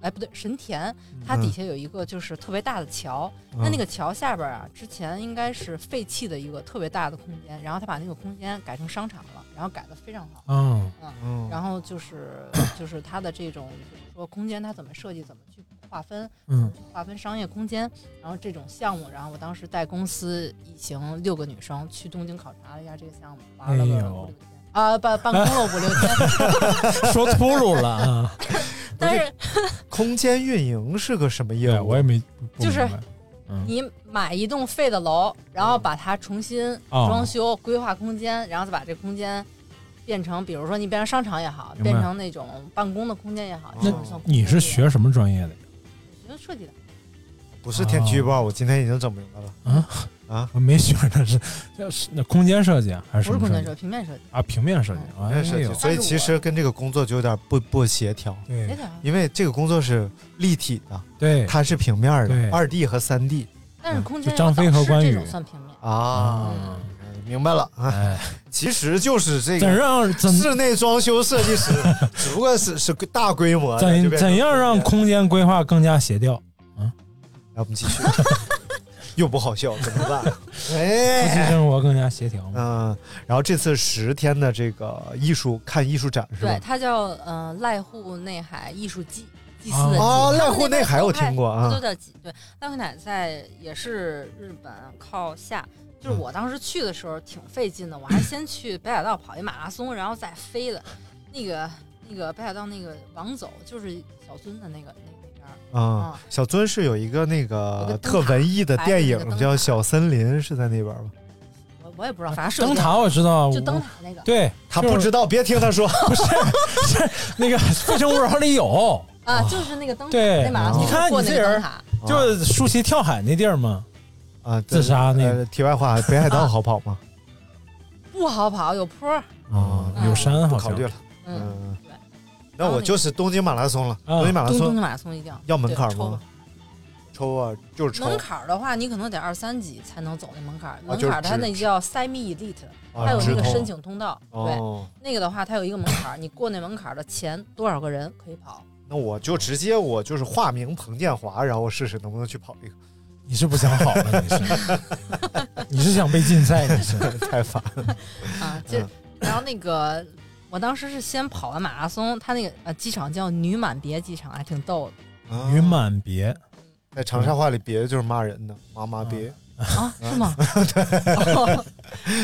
Speaker 4: 哎，不对，神田，它底下有一个就是特别大的桥，那、那个桥下边儿啊，之前应该是废弃的一个特别大的空间，然后他把那个空间改成商场了，然后改的非常好。
Speaker 5: 嗯
Speaker 4: 嗯，然后就是 就是它的这种，比如说空间它怎么设计，怎么去划分，
Speaker 5: 嗯，
Speaker 4: 划分商业空间，然后这种项目，然后我当时带公司一行六个女生去东京考察了一下这个项目，玩了个
Speaker 5: 哎呦
Speaker 4: 五六天啊，办办公了五六 天，
Speaker 5: 说秃噜了 啊！
Speaker 4: 但是
Speaker 2: 空间运营是个什么业务？我也
Speaker 5: 没，
Speaker 4: 就是
Speaker 5: 嗯
Speaker 4: 你买一栋废的楼，然后把它重新
Speaker 5: 哦
Speaker 4: 装修、规划空间，然后再把这空间变成，比如说你变成商场也好，
Speaker 5: 明白
Speaker 4: 变成那种办公的空间也好，这
Speaker 5: 那
Speaker 4: 种算
Speaker 5: 你是学什么专业的？
Speaker 4: 我觉得设计的。
Speaker 2: 不是天气预报，我今天已经整明白了。
Speaker 5: 啊
Speaker 2: 啊！
Speaker 5: 我没学的是， 这是那空间设计啊，还是什
Speaker 4: 不是
Speaker 5: 么
Speaker 4: 空间
Speaker 5: 计
Speaker 4: 设计，平嗯面设计。
Speaker 5: 啊？平面设计，
Speaker 2: 平面设
Speaker 5: 哎
Speaker 2: 计，
Speaker 5: 呦
Speaker 2: 所以其实跟这个工作就有点不不协调。
Speaker 4: 哎
Speaker 5: 对
Speaker 2: 因为这个工作是立体的，
Speaker 5: 对，
Speaker 2: 它是平面
Speaker 5: 对
Speaker 2: 的，二 D 和三 D
Speaker 4: 但是空
Speaker 5: 嗯就
Speaker 4: 间
Speaker 5: 张飞和关羽
Speaker 4: 这种算平面。
Speaker 2: 啊。明白了，哎，其实就是这个
Speaker 5: 嗯哎怎让怎
Speaker 2: 室内装修设计 师，只不过是是个大规模的，啊就
Speaker 5: 怎
Speaker 2: 变成
Speaker 5: 怎样让空间规划更加协调？
Speaker 2: 哎来，我们继续， 又不好笑，怎么 办？
Speaker 5: 夫妻
Speaker 2: 哎，
Speaker 5: 生活更加协调吗？
Speaker 2: 嗯，然后这次十天的这个艺术看艺术展是吧
Speaker 4: 对，？它叫呃濑户内海艺术祭祭祀的祭。
Speaker 2: 哦，
Speaker 4: 他
Speaker 2: 濑
Speaker 4: 们
Speaker 2: 户
Speaker 4: 那边
Speaker 2: 内海我
Speaker 4: 都派
Speaker 2: 听过
Speaker 4: 它
Speaker 2: 啊
Speaker 4: 都，叫祭。对，濑户内海在也是日本靠下。就是我当时去的时候挺费劲的，我还先去北海道跑一马拉松，然后再飞的。那个那个北海道那个王走就是小樽的那个那那边儿。
Speaker 2: 啊，小樽是有一个那个
Speaker 4: 灯塔
Speaker 2: 特文艺的电
Speaker 4: 白色
Speaker 2: 影
Speaker 4: 那个灯塔
Speaker 2: 叫《小森林》，是在那边吗？
Speaker 4: 我我也不知道，反正是有
Speaker 5: 灯
Speaker 4: 点
Speaker 5: 塔我知道，
Speaker 4: 就灯塔那个。
Speaker 5: 对
Speaker 2: 他不知道，别听他说，
Speaker 5: 不是是那个《非诚勿扰》里有，
Speaker 4: 啊，就是那个灯塔，
Speaker 5: 对
Speaker 4: 那马拉，松
Speaker 5: 你看
Speaker 4: 过
Speaker 5: 你
Speaker 4: 那
Speaker 5: 这
Speaker 4: 个灯
Speaker 5: 人
Speaker 4: 塔。
Speaker 5: 就是舒淇跳海那地儿嘛，
Speaker 2: 啊，
Speaker 5: 自杀那
Speaker 2: 个。题外话，北海道好跑吗？
Speaker 4: 不好跑，有坡儿。
Speaker 5: 啊，有山好
Speaker 2: 不呃考虑
Speaker 5: 像
Speaker 2: 了，嗯，那我就是东京马拉松了，
Speaker 5: 啊
Speaker 2: 东京马拉
Speaker 4: 东
Speaker 2: 松
Speaker 4: 京马拉松一定要
Speaker 2: 要门槛
Speaker 4: 对抽
Speaker 2: 吗？抽啊，就是抽啊
Speaker 4: 门槛儿的话，你可能得二三级才能走那门槛儿。门
Speaker 2: 就是
Speaker 4: 槛儿它
Speaker 2: 直
Speaker 4: 那叫 semi elite，、
Speaker 2: 啊
Speaker 4: 它有
Speaker 2: 直
Speaker 4: 那个
Speaker 2: 通
Speaker 4: 申请通道。
Speaker 2: 哦
Speaker 4: 对，那个的话，它有一个门槛儿，你过那门槛儿的前多少个人可以 跑？
Speaker 2: 那我就直接我就是化名彭建华，然后试试能不能去跑一个。
Speaker 5: 你是不想好了？你 是你是想被禁赛？你是
Speaker 2: 太烦 了
Speaker 4: 啊，
Speaker 2: 嗯
Speaker 4: 就、然后那个，我当时是先跑完马拉松，它那个呃机场叫女满别机场，还挺逗 的。
Speaker 5: 云满别，
Speaker 2: 嗯在长沙话里“别”就是骂人的，妈妈别
Speaker 4: 啊，是吗？对。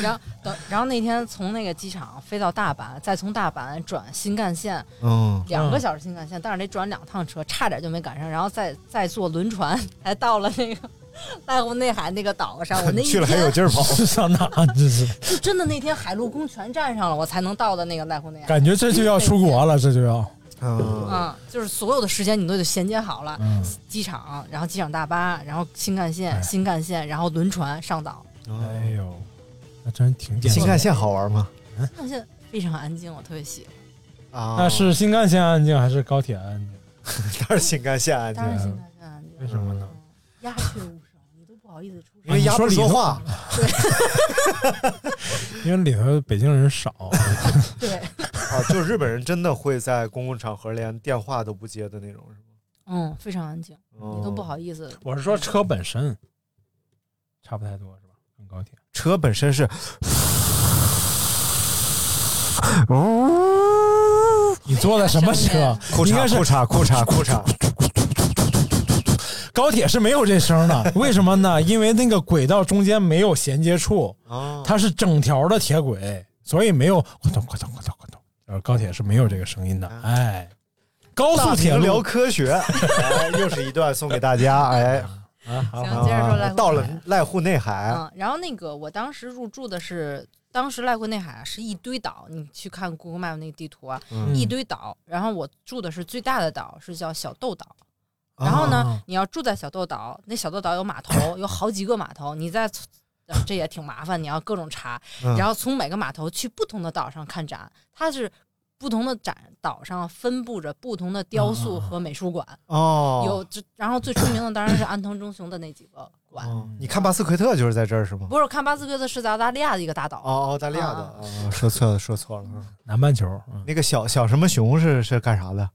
Speaker 4: 然后等，然后那天从那个机场飞到大阪，再从大阪转新干线，
Speaker 2: 嗯
Speaker 4: 两个小时新干线，但是得转两趟车，差点就没赶上，然后再再坐轮船，才到了那个濑户内海那个岛上。哦 我那一
Speaker 2: 去了还
Speaker 4: 天
Speaker 2: 有劲儿跑
Speaker 5: 是上哪？这是
Speaker 4: 就真的那天海陆空全占上了，我才能到的那个濑户内海。
Speaker 5: 感觉这就要出国了，这就要
Speaker 2: 嗯
Speaker 4: 嗯，就是所有的时间你都得衔接好了，
Speaker 5: 嗯
Speaker 4: 机场，然后机场大巴，然后新干
Speaker 2: 哎
Speaker 4: 线，新干线，然后轮船上岛。
Speaker 2: 嗯
Speaker 5: 哎呦，那真挺简单。
Speaker 2: 新干线好玩吗？
Speaker 4: 新干线非常安静，我特别喜欢。
Speaker 2: 啊，
Speaker 5: 那是新干线安静还是高铁安静？
Speaker 2: 当然新干线安全
Speaker 4: 当然新干线安全。
Speaker 2: 为什么呢？
Speaker 4: 鸦雀无声，你都不好意思出声。
Speaker 2: 因为鸦
Speaker 5: 啊
Speaker 2: 不说话。
Speaker 5: 因为里头北京人 少。
Speaker 4: 对。
Speaker 2: 啊，就日本人真的会在公共场合连电话都不接的那种，是吗？
Speaker 4: 嗯，非常安静，你都不好意思。
Speaker 5: 我是说车本身，差不太多是吧？跟高铁
Speaker 2: 车本身是。
Speaker 5: 哦，你坐的什么车？
Speaker 2: 裤
Speaker 5: 应该
Speaker 2: 衩
Speaker 5: 是
Speaker 2: 裤衩裤衩裤衩。
Speaker 5: 高铁是没有这声的，为什么呢？因为那个轨道中间没有衔接处，
Speaker 2: 哦
Speaker 5: 它是整条的铁轨，所以没有快动快动快动快动。呃，高铁是没有这个声音的。哎，高速铁
Speaker 2: 大明
Speaker 5: 路
Speaker 2: 聊科学， 哎，又是一段送给大家，哎，
Speaker 5: 啊，好
Speaker 4: 行嗯接着说
Speaker 2: 啊
Speaker 4: 来
Speaker 2: 到了濑户内海
Speaker 4: 嗯，，然后那个我当时入住的是，当时濑户内海啊是一堆岛，你去看 Google Map 那个地图啊，
Speaker 6: 嗯
Speaker 4: 一堆岛。然后我住的是最大的岛，是叫小豆岛。
Speaker 2: 哦
Speaker 4: 然后呢，
Speaker 6: 啊
Speaker 4: 你要住在小豆岛，那小豆岛有码头，有好几个码头，你在、啊这也挺麻烦，你要各种查，
Speaker 6: 嗯
Speaker 4: 然后从每个码头去不同的岛上看展，它是。不同的展岛上分布着不同的雕塑和美术馆
Speaker 2: 哦
Speaker 4: 有这，然后最出名的当然是安藤忠雄的那几个馆，
Speaker 2: 哦你看巴斯奎特就是在这儿是吗？
Speaker 4: 不是，我看巴斯克特是在澳大利亚的一个大岛。
Speaker 2: 哦，澳大利亚的
Speaker 4: 啊、
Speaker 2: 啊，说错了，说错了，嗯
Speaker 5: 南半球
Speaker 2: 那个小小什么熊是是干啥的？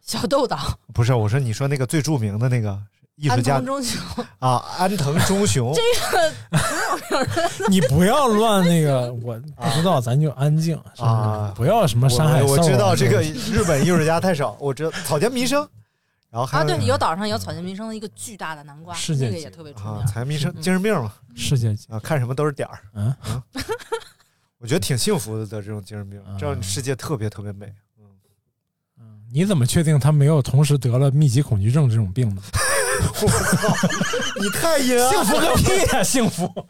Speaker 4: 小豆岛，
Speaker 2: 不是，我说你说那个最著名的那个艺术家
Speaker 4: 安藤忠雄。
Speaker 2: 啊，安藤忠 雄，
Speaker 4: 这个
Speaker 5: 你不要乱那个，我不知道，咱就安静啊，不要什么山海
Speaker 2: 我
Speaker 5: 兽啊。
Speaker 2: 我知道这个
Speaker 5: 这种
Speaker 2: 日本艺术家太少，我知道草间弥 生，然后还
Speaker 4: 啊，对，有岛上有草间弥生的一个巨大的南瓜，
Speaker 2: 世界
Speaker 4: 那个
Speaker 2: 级
Speaker 4: 也特别出名。
Speaker 2: 啊，草间弥生精神病嘛，
Speaker 5: 世界
Speaker 2: 啊，看什么都是点儿，啊
Speaker 5: 嗯，
Speaker 2: 我觉得挺幸福的得这种精神病，
Speaker 5: 嗯
Speaker 2: 这样世界特别特别美。
Speaker 5: 你怎么确定他没有同时得了密集恐惧症这种病 呢？
Speaker 2: 我操，你太阴暗
Speaker 5: 幸
Speaker 2: 了，
Speaker 5: 福个屁呀、幸福！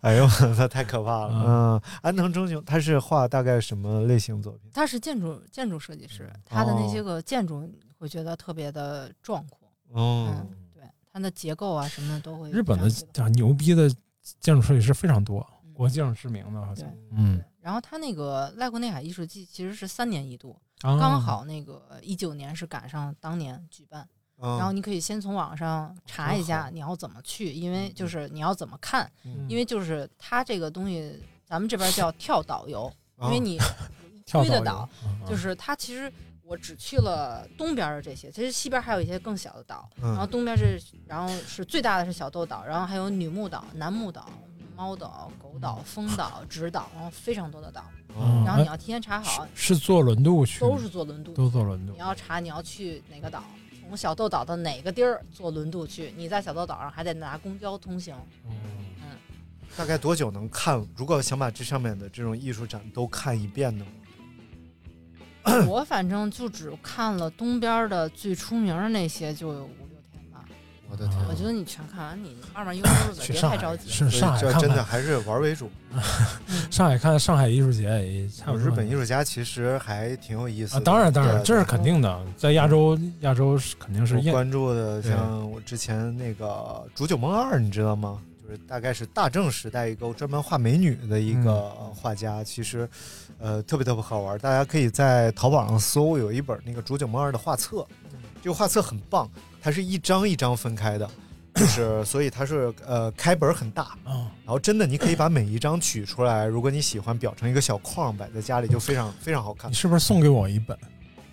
Speaker 2: 哎呦， 那太可怕了。嗯，安藤忠雄他是画大概什么类型作品？
Speaker 4: 他是建筑建筑设计师，他的那些个建筑你会觉得特别的壮阔，
Speaker 2: 哦，
Speaker 4: 它的结构啊什么的都会。
Speaker 5: 日本的啊牛逼的建筑设计师非常多，国际上知名的好像
Speaker 4: 嗯对。
Speaker 5: 嗯，
Speaker 4: 然后他那个濑户内海艺术季其实是三年一度，
Speaker 5: 啊
Speaker 4: 刚好那个一九年是赶上当年举办。
Speaker 2: 哦
Speaker 6: 嗯
Speaker 4: 然后你可以先从网上查一
Speaker 6: 真
Speaker 4: 下
Speaker 6: 好
Speaker 4: 你要怎么去，因为就是你要怎么看，因为就是它这个东西，咱们这边叫跳岛游，
Speaker 6: 啊
Speaker 4: 因为你
Speaker 6: 跳
Speaker 4: 推的
Speaker 6: 岛
Speaker 4: 岛
Speaker 6: 游嗯，
Speaker 4: 就是它其实我只去了东边的这些，其实西边还有一些更小的岛，
Speaker 6: 嗯
Speaker 4: 然后东边是，然后是最大的是小豆岛，然后还有女木岛、男木岛、猫岛、狗岛、风岛、直岛，然后非常多的岛，
Speaker 6: 嗯
Speaker 2: 嗯
Speaker 5: 哦
Speaker 6: 哎
Speaker 4: 然后你要提前查好，
Speaker 5: 是坐轮渡去吗，
Speaker 4: 都是坐轮渡，
Speaker 5: 都坐轮渡
Speaker 4: 你。要查你要去哪个岛，从小豆岛的哪个地儿坐轮渡去，你在小豆岛上还得拿公交通行。
Speaker 5: 嗯
Speaker 2: 大概多久能看？如果想把这上面的这种艺术展都看一遍呢？
Speaker 4: 我反正就只看了东边的最出名的那些，就有五六天吧。
Speaker 2: 我的天
Speaker 4: 我觉得你全看完，你慢慢悠 悠的，
Speaker 5: 啊去
Speaker 4: 别
Speaker 5: 上
Speaker 4: 太
Speaker 5: 海
Speaker 4: 着急。
Speaker 5: 是上海
Speaker 2: 这
Speaker 5: 看
Speaker 2: 真的
Speaker 5: 看
Speaker 2: 还是玩为主。
Speaker 5: 上海看上海艺术节也差不多。
Speaker 2: 日本艺术家其实还挺有意思
Speaker 5: 啊，
Speaker 2: 的。
Speaker 5: 当然当然，
Speaker 2: 对
Speaker 5: 这是肯定的，在亚洲亚洲是肯定是
Speaker 2: 我
Speaker 5: 艳
Speaker 2: 关注的，
Speaker 5: 对
Speaker 2: 像我之前那个《煮酒梦二》，你知道吗？就是大概是大正时代一个专门画美女的一个
Speaker 5: 嗯
Speaker 2: 呃画家，其实呃特别特别好玩。大家可以在淘宝上搜，有一本那个《煮酒梦二》的画册，
Speaker 5: 嗯
Speaker 2: 这个画册很棒，它是一张一张分开的， 就是所以它是呃开本很大，
Speaker 5: 啊
Speaker 2: 然后真的你可以把每一张取出来，如果你喜欢，裱成一个小框摆在家里，就非常非常好看
Speaker 5: 你。是不是送给我一本？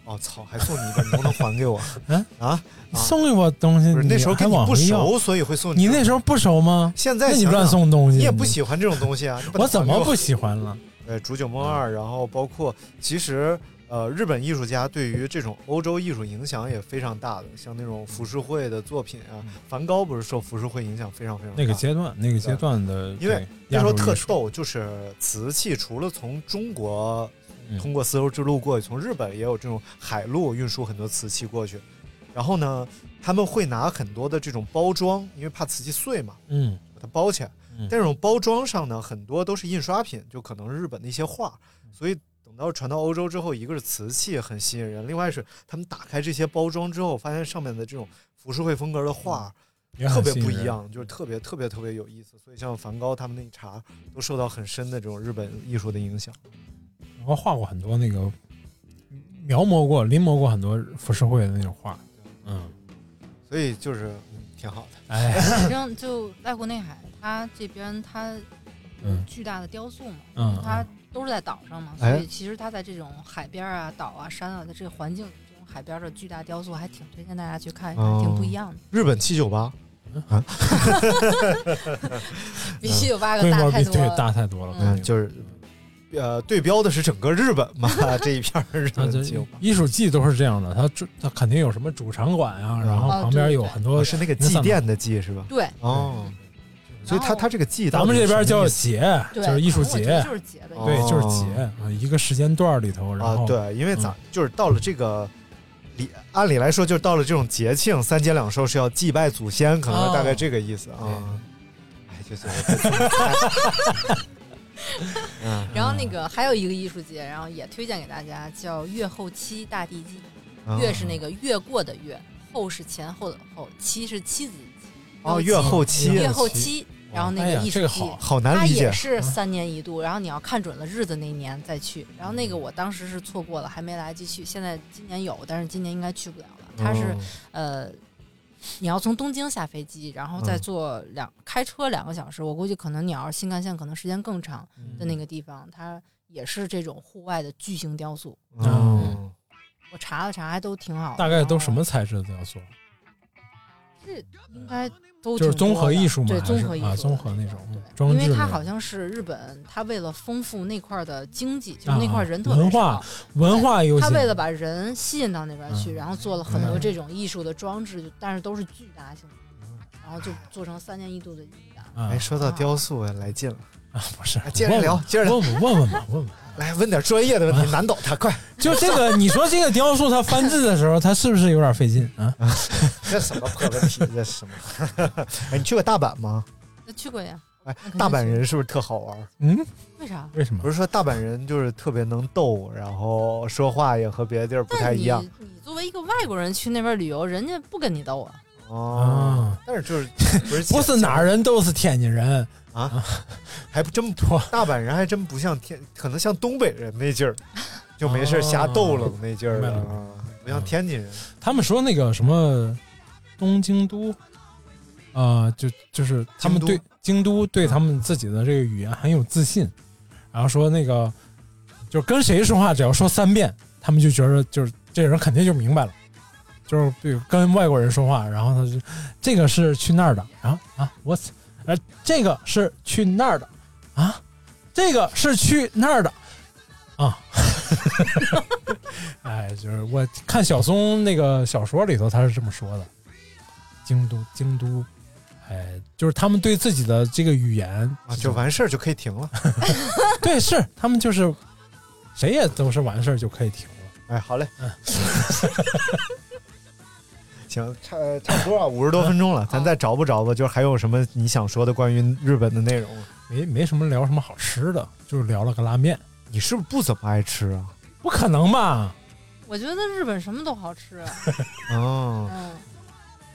Speaker 2: 哦操，还送你一本，能不能还给 我？
Speaker 5: 嗯
Speaker 2: 啊，
Speaker 5: 你送给我东西，
Speaker 2: 不是那时候
Speaker 5: 还
Speaker 2: 跟你
Speaker 5: 往
Speaker 2: 不
Speaker 5: 回要
Speaker 2: 熟，所以会送
Speaker 5: 你那时候不熟吗？
Speaker 2: 现在
Speaker 5: 那你
Speaker 2: 想
Speaker 5: 乱
Speaker 2: 想
Speaker 5: 送东西，
Speaker 2: 你也不喜欢这种东西啊！你把它
Speaker 5: 我怎
Speaker 2: 还给
Speaker 5: 么
Speaker 2: 我
Speaker 5: 不喜欢了？
Speaker 2: 呃，煮酒梦二，然后包括其实呃，日本艺术家对于这种欧洲艺术影响也非常大的，像那种浮世绘的作品啊，梵高不是受浮世绘影响非常非常大。
Speaker 5: 嗯那个阶段，那个阶段的，
Speaker 2: 啊因为
Speaker 5: 对
Speaker 2: 那时候特
Speaker 5: 亚洲艺术
Speaker 2: 逗，就是瓷器除了从中国
Speaker 5: 嗯
Speaker 2: 通过丝绸之路过去，从日本也有这种海路运输很多瓷器过去。然后呢，他们会拿很多的这种包装，因为怕瓷器碎嘛，
Speaker 5: 嗯，
Speaker 2: 把它包起来。
Speaker 5: 嗯
Speaker 2: 但这种包装上呢，很多都是印刷品，就可能是日本的一些画。
Speaker 5: 嗯
Speaker 2: 所以等到传到欧洲之后，一个是瓷器很吸引人，另外是他们打开这些包装之后，发现上面的这种浮世绘风格的画。
Speaker 5: 也
Speaker 2: 特
Speaker 5: 很
Speaker 2: 别
Speaker 5: 吸引
Speaker 2: 不一
Speaker 5: 人
Speaker 2: 样，就是特别特别特别有意思，所以像梵高他们那一茬都受到很深的这种日本艺术的影响。
Speaker 5: 我画过很多那个描摹过、临摹过很多浮世绘的那种画，嗯，
Speaker 2: 所以就是、嗯挺好的。
Speaker 5: 哎
Speaker 4: 反正就外国内海，它这边它有
Speaker 2: 嗯
Speaker 4: 巨大的雕塑嘛，
Speaker 2: 嗯
Speaker 4: 就它都是在岛上嘛，
Speaker 2: 哎
Speaker 4: 所以其实它在这种海边啊、岛啊、山啊的这个环境，这种海边的巨大雕塑还挺推荐大家去看一看，挺
Speaker 5: 哦
Speaker 4: 不一样 的，
Speaker 2: 日本七九八啊，
Speaker 4: 比七九八可大太多了。
Speaker 5: 太多了
Speaker 2: 嗯，就是呃，对标的是整个日本 嘛，这一片儿日
Speaker 5: 啊
Speaker 2: 本
Speaker 5: 这
Speaker 2: 七九八。
Speaker 5: 艺术季都是这样的，它主它肯定有什么主场馆啊，然后
Speaker 4: 哦
Speaker 5: 旁
Speaker 4: 对
Speaker 5: 边
Speaker 4: 对
Speaker 5: 有
Speaker 4: 对
Speaker 5: 很多
Speaker 2: 嗯是那个祭奠的祭是吧？
Speaker 4: 对
Speaker 2: 哦，所以它它这个祭到
Speaker 5: 咱
Speaker 2: 底是
Speaker 5: 们这
Speaker 2: 什么
Speaker 5: 边
Speaker 2: 意思，
Speaker 5: 叫节，
Speaker 4: 对
Speaker 5: 就是艺术
Speaker 4: 可能我
Speaker 5: 节
Speaker 4: 觉得就是节的意思
Speaker 5: 对，就是
Speaker 2: 哦
Speaker 5: 节啊，一个时间段里头，然
Speaker 2: 啊
Speaker 5: 后，
Speaker 2: 对，因为咱就是到了这个理，按理来说就是到了这种节庆，三节两寿是要祭拜祖先，可能
Speaker 5: 哦
Speaker 2: 是大概这个意思啊。哎，就是 嗯，
Speaker 4: 然后那个还有一个艺术节，然后也推荐给大家，叫越后期大地祭
Speaker 2: 哦。
Speaker 4: 越是那个越过的越，后是前后的后，妻是妻子的妻。
Speaker 2: 哦越后期
Speaker 4: 越后期，然后那
Speaker 2: 哎
Speaker 4: 个
Speaker 2: 呀
Speaker 4: 艺术
Speaker 2: 这个
Speaker 4: 季
Speaker 2: 好好难理
Speaker 4: 它
Speaker 2: 解
Speaker 4: 也是三年一度，然后你要看准了日子那一年再去。然后那个我当时是错过了，还没来得及去。现在今年有，但是今年应该去不了了。它是
Speaker 6: 哦
Speaker 4: 呃，你要从东京下飞机，然后再
Speaker 6: 嗯
Speaker 4: 坐两、开车两个小时，我估计可能你要是新干线，可能时间更长的那个地方，它也是这种户外的巨型雕塑。
Speaker 2: 哦
Speaker 5: 嗯，
Speaker 4: 我查了查，还都挺好的。
Speaker 5: 大概都什么材质的雕塑？
Speaker 4: 是应该都
Speaker 5: 就
Speaker 4: 挺
Speaker 5: 是
Speaker 4: 多
Speaker 5: 综合
Speaker 4: 的
Speaker 5: 艺术嘛，
Speaker 4: 对
Speaker 5: 还
Speaker 4: 综
Speaker 5: 是
Speaker 4: 合艺术
Speaker 5: 啊，
Speaker 4: 的，
Speaker 5: 综合那种嗯
Speaker 4: 因
Speaker 5: 装
Speaker 4: 为
Speaker 5: 置
Speaker 4: 它
Speaker 5: 那
Speaker 4: 好
Speaker 5: 种。
Speaker 4: 像是日本，它为了丰富那块儿的经济，就是
Speaker 5: 啊
Speaker 4: 那块儿人特别
Speaker 5: 文
Speaker 4: 少
Speaker 5: 化文化优
Speaker 4: 他
Speaker 5: 先，
Speaker 4: 为了把人吸引到那边去，
Speaker 5: 嗯
Speaker 4: 然后做了很多这种艺术的装置，就但是都是巨大型的，然后就做成三年一度的艺展。
Speaker 2: 哎，说到雕塑啊来劲了
Speaker 5: 啊，不是，
Speaker 2: 接着聊，接着聊，
Speaker 5: 问问问吧，问吧，
Speaker 2: 来问点专业的问题，难倒他，快，
Speaker 5: 就这个，你说这个雕塑它翻字的时候，它是不是有点费劲啊？
Speaker 2: 这什么破问题，这什么？ 哎，你去过大阪吗？
Speaker 4: 那去过呀？
Speaker 2: 哎，大阪人是不是特好玩？
Speaker 5: 嗯，
Speaker 4: 为啥？
Speaker 5: 为什么？
Speaker 2: 不是说大阪人就是特别能逗，然后说话也和别的地儿不太一样
Speaker 4: 你作为一个外国人去那边旅游，人家不跟你斗啊。
Speaker 2: 哦。但是就是 不是
Speaker 5: 不是哪儿人都是天津人
Speaker 2: 啊，还真不 大阪人还真不像天，可能像东北人那劲儿，就没事儿瞎逗冷那劲儿
Speaker 5: 明白
Speaker 2: 了嗯
Speaker 5: 了
Speaker 2: 啊，不像天津人。
Speaker 5: 他们说那个什么东京都，呃，就就是他们对京都对他们自己的这个语言很有自信，然后说那个就是跟谁说话只要说三遍，他们就觉得就是这人肯定就明白了。就是比如跟外国人说话，然后他就这个是去那儿的，然后啊我，呃这个是去那儿的，啊这个是去那儿的，啊， 哎，就是我看小松那个小说里头，他是这么说的：京都，京都，哎，就是他们对自己的这个语言啊，
Speaker 2: 就完事儿就可以停了。
Speaker 5: 对，是他们就是谁也都是完事儿就可以停了。
Speaker 2: 哎， 好嘞，行，差差不多啊，五十多分钟了，咱再找吧找吧，就是还有什么你想说的关于日本的内容？
Speaker 5: 没没什么聊什么好吃的，就是聊了个拉面。
Speaker 2: 你是不是不怎么爱吃啊？
Speaker 5: 不可能吧？
Speaker 4: 我觉得日本什么都好吃，啊
Speaker 2: 哦，
Speaker 4: 嗯，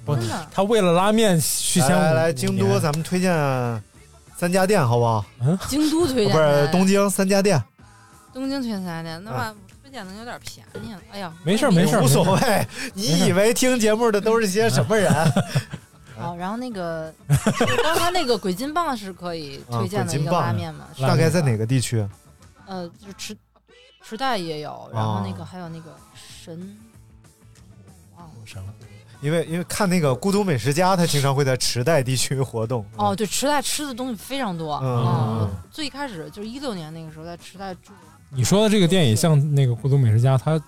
Speaker 5: 不
Speaker 4: 真的，
Speaker 5: 他为了拉面去
Speaker 2: 来
Speaker 5: 香
Speaker 2: 来
Speaker 5: 五
Speaker 2: 来，
Speaker 5: 年
Speaker 2: 京都，咱们推荐三家店好不好？哦
Speaker 5: 嗯，
Speaker 4: 京都推荐
Speaker 2: 不是
Speaker 4: 的
Speaker 2: 东京三家店，
Speaker 4: 东京推荐三家店，那
Speaker 2: 啊
Speaker 4: 么推荐能有点便宜了。哎呀，
Speaker 5: 没事儿没事儿，
Speaker 2: 无所
Speaker 5: 没事儿
Speaker 2: 谓。你以为听节目的都是些什么人？
Speaker 4: 好，然后那 个刚才那个鬼金棒是可以
Speaker 2: 啊
Speaker 4: 推荐
Speaker 2: 鬼
Speaker 4: 的一
Speaker 2: 金
Speaker 4: 个
Speaker 2: 棒
Speaker 4: 拉面嘛？是
Speaker 2: 大概在哪个地区？啊
Speaker 4: 呃，就是池池袋也
Speaker 2: 哦
Speaker 4: 有，然后那个还有那个神，
Speaker 2: 因为因为看那个《孤独美食家》，他经常会在池袋地区活动。啊
Speaker 4: 哦，对，池袋吃的东西非常多。
Speaker 2: 嗯嗯
Speaker 4: 我
Speaker 2: 嗯
Speaker 4: 最开始就是一六年那个时候在池袋住，
Speaker 5: 你说的这个店也像那个孤独美食家，他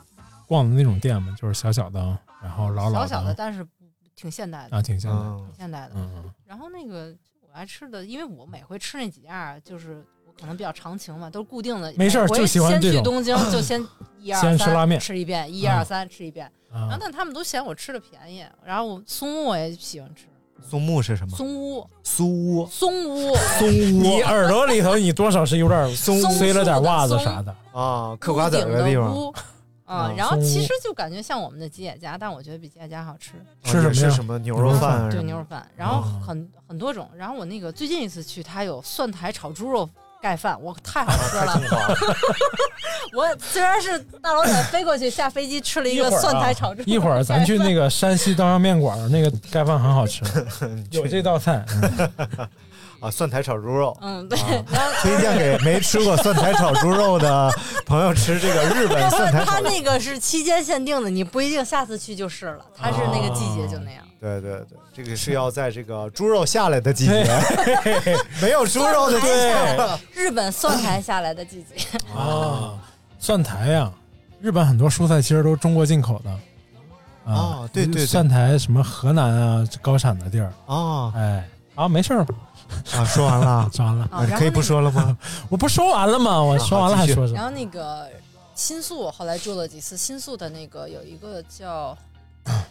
Speaker 5: 逛的那种店嘛，就是小小的，然后老
Speaker 4: 小
Speaker 5: 老
Speaker 4: 小的，但是不挺现代的
Speaker 5: 啊，挺像的。
Speaker 4: 挺现代的。
Speaker 5: 嗯
Speaker 4: 然后那个我爱吃的，因为我每回吃那几样，就是我可能比较长情嘛，都是固定的。
Speaker 5: 没事儿
Speaker 4: 我也
Speaker 5: 就喜欢
Speaker 4: 先
Speaker 5: 这
Speaker 4: 去
Speaker 5: 种
Speaker 4: 东京，就先一二
Speaker 5: 先吃
Speaker 4: 三
Speaker 5: 拉面
Speaker 4: 吃一遍，一
Speaker 5: 嗯
Speaker 4: 二三吃一遍。
Speaker 5: 嗯
Speaker 4: 然后但他们都嫌我吃的便宜，然后我松屋我也喜欢吃，
Speaker 2: 松木是什么？
Speaker 4: 松屋
Speaker 2: 苏屋。
Speaker 4: 松屋
Speaker 2: 松屋，
Speaker 5: 你耳朵里头你多少是有点松
Speaker 4: 松
Speaker 5: 塞了点袜子
Speaker 4: 松
Speaker 5: 啥的
Speaker 2: 啊，嗑瓜子儿
Speaker 4: 屋
Speaker 2: 地
Speaker 4: 顶
Speaker 2: 方
Speaker 4: 的屋啊
Speaker 5: 啊，
Speaker 4: 然后
Speaker 5: 松
Speaker 4: 其
Speaker 5: 屋
Speaker 4: 实就感觉像我们的吉野家，但我觉得比吉野家好吃。
Speaker 2: 吃什么呀
Speaker 5: 是
Speaker 2: 是什么牛肉饭啊
Speaker 4: 对
Speaker 2: 什么
Speaker 5: 啊
Speaker 4: 牛肉饭，然后很很多种。然后我那个最近一次去，它有蒜苔炒猪肉盖饭，我太好吃
Speaker 2: 啊
Speaker 4: 了。
Speaker 5: 啊了
Speaker 4: 我虽然是大老远飞过去，下飞机吃了一个蒜苔炒猪肉
Speaker 5: 啊一会儿咱去那个山西刀削面馆儿，那个盖饭 很好吃，有这道菜。
Speaker 2: 啊，蒜苔炒猪肉，
Speaker 4: 嗯，
Speaker 5: 啊
Speaker 4: 对，
Speaker 2: 推荐给没吃过蒜苔炒猪肉的朋友吃这个日 本
Speaker 4: 然后
Speaker 2: 蒜苔
Speaker 4: 它
Speaker 2: 炒。
Speaker 4: 那个是期间限定的，你不一定下次去就是了。它是那个季节就那
Speaker 5: 啊
Speaker 4: 样。
Speaker 2: 对对对，这个是要在这个猪肉下来的季节， 没有猪肉的季节。
Speaker 4: 日本蒜苔下来的季节，
Speaker 5: 啊，蒜苔呀、日本很多蔬菜其实都是中国进口的。啊，
Speaker 2: 哦对对对
Speaker 5: 蒜苔什么河南啊，高产的地儿。
Speaker 2: 哦，
Speaker 5: 哎，啊，没事儿。
Speaker 2: 啊，说完 了，
Speaker 5: 说完了，
Speaker 4: 啊然后可以不
Speaker 2: 说了吗？
Speaker 5: 我不说完了吗？我说完了还说什
Speaker 4: 然
Speaker 5: 么？
Speaker 4: 后那个新宿后来住了几次，新宿的那个有一个 叫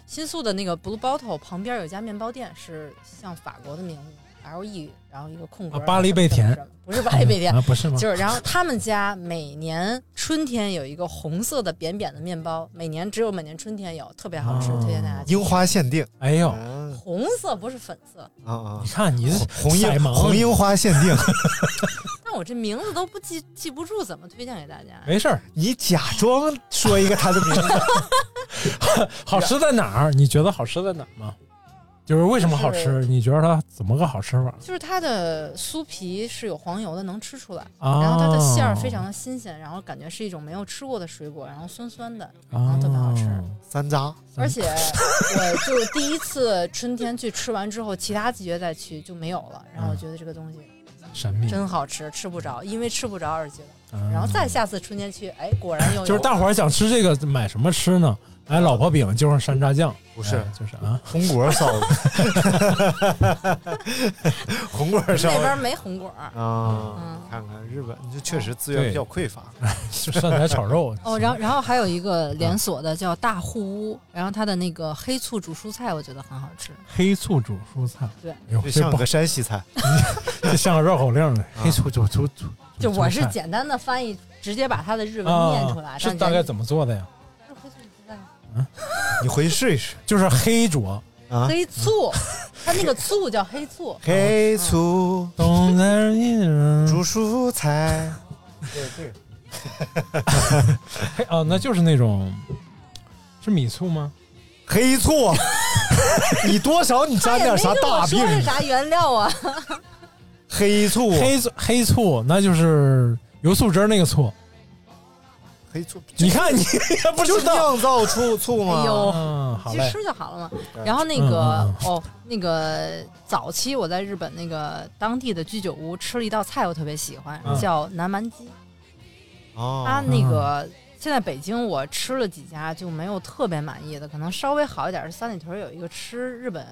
Speaker 4: 新宿的那个 Blue Bottle 旁边有一家面包店，是像法国的名字 L E，然后一个空格、
Speaker 5: 啊巴黎贝甜
Speaker 4: 什么什么什么不是巴黎贝甜
Speaker 5: 啊，不是吗
Speaker 4: 就是然后他们家每年春天有一个红色的扁扁的面包，每年只有每年春天有，特别好吃，推荐大家去。
Speaker 2: 樱花限定。
Speaker 5: 哎呦，
Speaker 2: 啊
Speaker 4: 红色不是粉色，嗯
Speaker 2: 啊！
Speaker 5: 你看你
Speaker 2: 红
Speaker 5: 色
Speaker 2: 樱
Speaker 5: 盲
Speaker 2: 红樱花限定，
Speaker 4: 但我这名字都不记记不住，怎么推荐给大家？
Speaker 5: 没事儿，
Speaker 2: 你假装说一个他的 名字。
Speaker 5: 好吃在哪儿？你觉得好吃在哪儿吗？就是为什么好
Speaker 4: 就
Speaker 5: 吃？你觉得它怎么个好吃法？
Speaker 4: 就是它的酥皮是有黄油的，能吃出来，
Speaker 5: 哦
Speaker 4: 然后它的馅儿非
Speaker 5: 啊
Speaker 4: 常的新鲜，然后感觉是一种没有吃过的水果，然后酸酸的，
Speaker 5: 嗯
Speaker 4: 然后特别好吃。
Speaker 2: 山楂，
Speaker 4: 而且我就第一次春天去吃完之后，其他季节再去就没有了。然后我觉得这个东西
Speaker 5: 神秘，
Speaker 4: 真好吃，吃不着，因为吃不着而觉得。
Speaker 5: 嗯
Speaker 4: 然后再下次春天去，哎，果然又有
Speaker 5: 就是大伙儿想吃这个，买什么吃呢？哎，老婆饼就是山楂酱，
Speaker 2: 不是
Speaker 5: 哎就是啊，
Speaker 2: 红果臊子， 红果臊子。
Speaker 4: 那边没红果儿嗯
Speaker 2: 啊，看看日本，这确实资源比较匮乏。
Speaker 5: 就上台炒肉
Speaker 4: 哦，然后然后还有一个连锁的叫大户屋，然后它的那个黑醋煮蔬菜，我觉得很好吃。
Speaker 5: 黑醋煮蔬菜，
Speaker 4: 对
Speaker 5: 哎呦
Speaker 2: 这
Speaker 5: 这
Speaker 2: 像
Speaker 5: 不
Speaker 2: 个山西菜，
Speaker 5: 这像个绕口令呢。 黑醋煮煮煮，
Speaker 4: 就我
Speaker 5: 煮
Speaker 4: 是
Speaker 5: 菜
Speaker 4: 简单的翻译，直接把它的日文念出来。
Speaker 5: 啊，是大概怎
Speaker 4: 么？
Speaker 5: 么做的呀？
Speaker 2: 你回去试一试，
Speaker 5: 就是黑煮
Speaker 2: 啊
Speaker 4: 黑醋，它那个醋叫黑醋。
Speaker 2: 黑醋
Speaker 5: 懂得 人
Speaker 2: 煮蔬菜。对对，
Speaker 5: 黑哦，那就是那种是米醋吗？
Speaker 2: 黑 醋，啊你多少你沾点啥大病
Speaker 4: 哎他也没跟我？说是啥原料啊？
Speaker 2: 黑醋，
Speaker 5: 黑醋黑醋，那就是油醋汁儿那个醋。
Speaker 2: 黑醋，
Speaker 5: 你看 你也不
Speaker 2: 就
Speaker 5: 知道
Speaker 2: 酿造出醋吗？
Speaker 4: 哎呦
Speaker 5: 嗯，好
Speaker 4: 去
Speaker 5: 嘞，
Speaker 4: 吃就好了嘛
Speaker 2: 对。
Speaker 4: 然后那
Speaker 5: 嗯
Speaker 4: 个
Speaker 5: 嗯
Speaker 4: 哦，那个早期我在日本那个当地的居酒屋吃了一道菜，我特别喜欢，
Speaker 5: 嗯
Speaker 4: 叫南蛮鸡。
Speaker 2: 哦
Speaker 4: 它那个现在北京我吃了几家就没有特别满意的，可能稍微好一点是三里屯有一个吃日本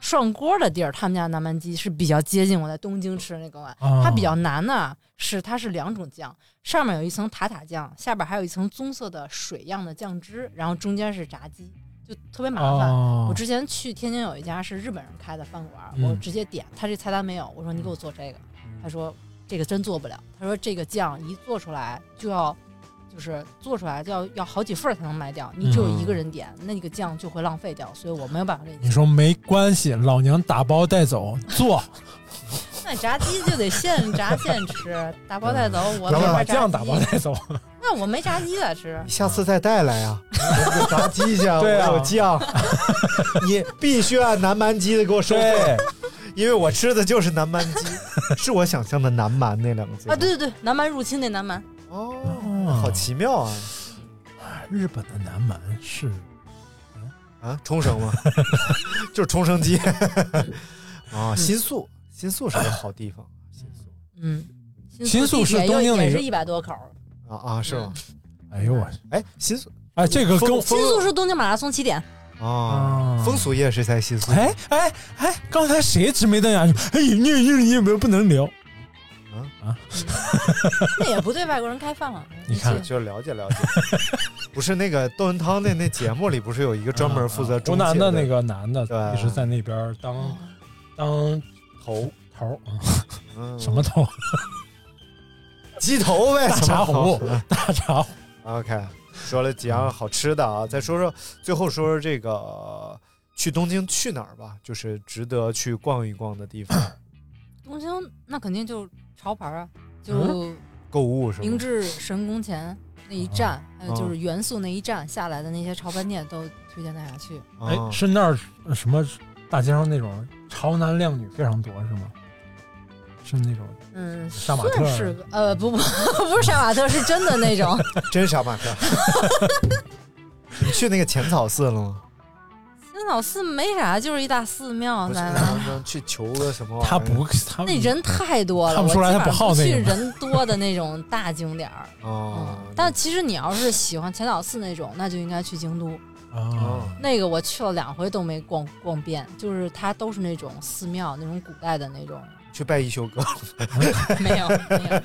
Speaker 4: 涮锅的地儿，他们家南蛮鸡是比较接近我在东京吃的那个碗。
Speaker 5: 哦
Speaker 4: 它比较难呢，是它是两种酱，上面有一层塔塔酱，下边还有一层棕色的水样的酱汁，然后中间是炸鸡。就特别麻烦。
Speaker 5: 哦
Speaker 4: 我之前去天津有一家是日本人开的饭馆，
Speaker 5: 嗯
Speaker 4: 我直接点，他这菜单没有，我说你给我做这个，他说这个真做不了，他说这个酱一做出来就要，就是做出来就要要好几份儿才能卖掉，你只有一个人点，那个酱就会浪费掉，所以我没有办法给你
Speaker 5: 嗯你。说没关系，老娘打包带走做，
Speaker 4: 那炸鸡就得 现炸现吃，打包带走，我
Speaker 5: 老
Speaker 4: 没
Speaker 5: 板把
Speaker 4: 法炸
Speaker 5: 酱
Speaker 4: 鸡
Speaker 5: 打包带走。嗯
Speaker 4: 那我没炸鸡了啊吃。
Speaker 2: 下次再带来啊， 我给炸鸡去，
Speaker 5: 对啊
Speaker 2: 我有酱， 你必须按南蛮鸡的给我收费
Speaker 5: 对，
Speaker 2: 因为我吃的就是南蛮鸡，是我想象的南蛮那两个字
Speaker 4: 啊，对对对，南蛮入侵那南蛮，
Speaker 5: 嗯
Speaker 2: 哦，好奇妙啊
Speaker 5: 日本的南蛮是
Speaker 2: 啊，冲绳吗？就是冲绳鸡啊，新宿，新宿是个好地方
Speaker 4: 嗯，
Speaker 5: 新宿是
Speaker 4: 地铁
Speaker 5: 东京
Speaker 4: 又
Speaker 5: 的
Speaker 4: 也
Speaker 5: 一个
Speaker 4: 是一百多口儿。
Speaker 2: 啊啊，是吗？
Speaker 5: 哎呦我，
Speaker 2: 哎，新宿
Speaker 5: 哎这个跟我
Speaker 4: 新宿是东京马拉松起点，
Speaker 2: 啊，风俗夜是在新宿，
Speaker 5: 哎哎哎，刚才谁直眉瞪眼说，哎，你你你有没有不能聊？
Speaker 4: 那也不对外国人开放啊。
Speaker 5: 你看
Speaker 2: 就了解了解。 不是那个窦文涛那那节目里不是有一个专门负责
Speaker 5: 湖
Speaker 2: 中
Speaker 5: 南
Speaker 2: 介
Speaker 5: 的嗯那个男的
Speaker 2: 对
Speaker 5: 一直在那边当
Speaker 4: 嗯
Speaker 5: 当
Speaker 2: 头
Speaker 5: 头啊
Speaker 2: 嗯
Speaker 5: 什么头？
Speaker 2: 鸡头呗，
Speaker 5: 大
Speaker 2: 什么
Speaker 5: 茶壶
Speaker 2: 头嗯，
Speaker 5: 大茶壶。
Speaker 2: OK，说了几样好吃的啊，再说说最后说说这个、呃去东京去哪儿吧，就是值得去逛一逛的地方。
Speaker 4: 东京那肯定就潮牌啊，
Speaker 5: 嗯
Speaker 4: 就
Speaker 2: 购物是吗？
Speaker 4: 明治神宫前那一站，
Speaker 5: 嗯
Speaker 4: 还有就是元素那一站下来的那些潮饭店，都推荐大家去。
Speaker 2: 嗯
Speaker 5: 哎，是那儿什么大街上那种潮男靓女非常多是吗？是那种
Speaker 4: 嗯，
Speaker 5: 杀马特
Speaker 4: 算是个呃不 不不是杀马特，是真的那种。
Speaker 2: 真杀马特。你去那个浅草寺了吗？
Speaker 4: 青岛寺没啥，就是一大寺庙，
Speaker 2: 不是，
Speaker 4: 咱
Speaker 5: 啊
Speaker 2: 咱们去求个什么玩意儿？
Speaker 5: 他不他
Speaker 4: 那人太多了，
Speaker 5: 看
Speaker 4: 我
Speaker 5: 不出来
Speaker 4: 基
Speaker 5: 他
Speaker 4: 本
Speaker 5: 不好
Speaker 4: 上
Speaker 5: 那
Speaker 4: 去
Speaker 5: 个
Speaker 4: 人多的那种大景 点儿。嗯
Speaker 2: 哦，
Speaker 4: 但其实你要是喜欢浅草寺那种，那就应该去京都。
Speaker 5: 哦，
Speaker 2: 嗯
Speaker 4: 那个我去了两回都没逛逛遍，就是它都是那种寺庙，那种古代的那种。
Speaker 2: 去拜一休哥。
Speaker 4: 没有，没有。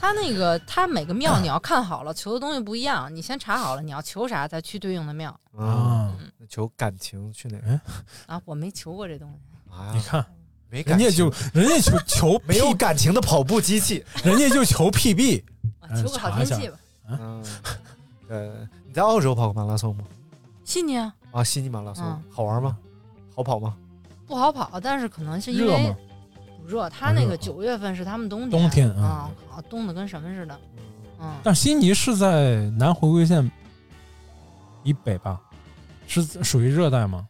Speaker 4: 它那个，它每个庙你要看好了，求的东西不一样，你先查好了你要求啥，再去对应的庙
Speaker 2: 啊，那求感情去哪个？
Speaker 4: 啊。我没求过这东西。
Speaker 2: 啊
Speaker 5: 你看，
Speaker 2: 没
Speaker 5: 人
Speaker 2: 感
Speaker 5: 家
Speaker 2: 情
Speaker 5: 就人家就求
Speaker 2: 没有感情的跑步机 器，
Speaker 5: 人家就 求 PB，
Speaker 4: 啊求个好
Speaker 5: 嗯查一下
Speaker 4: 天气吧
Speaker 2: 嗯， 呃，你在澳洲跑过马拉松吗？
Speaker 4: 悉尼啊，
Speaker 2: 啊，悉尼马拉松、
Speaker 4: 嗯
Speaker 2: 好玩吗？
Speaker 5: 嗯
Speaker 2: 好跑吗？
Speaker 4: 不好跑，但是可能是因
Speaker 2: 热
Speaker 4: 为
Speaker 2: 吗
Speaker 4: 不热，它那个九月份是他们冬天，
Speaker 5: 冬天嗯
Speaker 4: 啊，好冻得跟什么似的， 嗯，
Speaker 5: 但悉尼是在南回归线以北吧？是属于热带吗？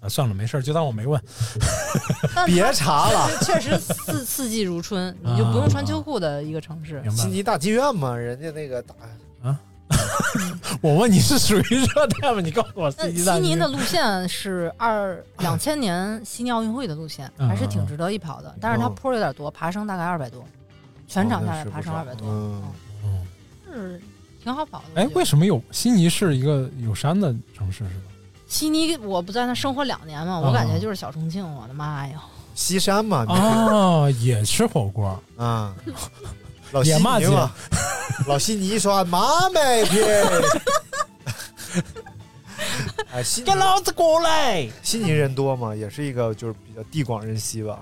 Speaker 5: 啊，算了，没事儿，就当我没问。
Speaker 4: 但它
Speaker 5: 别查 了
Speaker 4: 确实确实四四季如春，你就不用穿秋裤的一个城市。
Speaker 2: 悉尼大剧院嘛，人家那个大
Speaker 5: 我问你是属于热带吗？你告诉我，
Speaker 4: 那
Speaker 5: 悉尼大
Speaker 4: 悉尼
Speaker 5: 区
Speaker 4: 的路线是 二两千年悉尼奥运会的路线，
Speaker 5: 嗯哦
Speaker 4: 还是挺值得一跑的。但是它坡有点多，爬升大概二百多，全场下来爬升二百多，
Speaker 2: 嗯，
Speaker 4: 是挺好跑的。
Speaker 5: 哎，为什么有悉尼是一个有山的城市是吧？
Speaker 4: 悉尼我不在那生活两年嘛，
Speaker 5: 嗯
Speaker 4: 我感觉就是小重庆，我的妈呀！
Speaker 2: 西山嘛，
Speaker 5: 哦，也吃火锅
Speaker 2: 啊，老悉
Speaker 5: 也骂
Speaker 2: 尼
Speaker 5: 街
Speaker 2: 嘛， 老悉尼一说妈卖批，哎，悉尼
Speaker 5: 给老子过来！
Speaker 2: 悉尼人多嘛，也是一个就是比较地广人稀吧。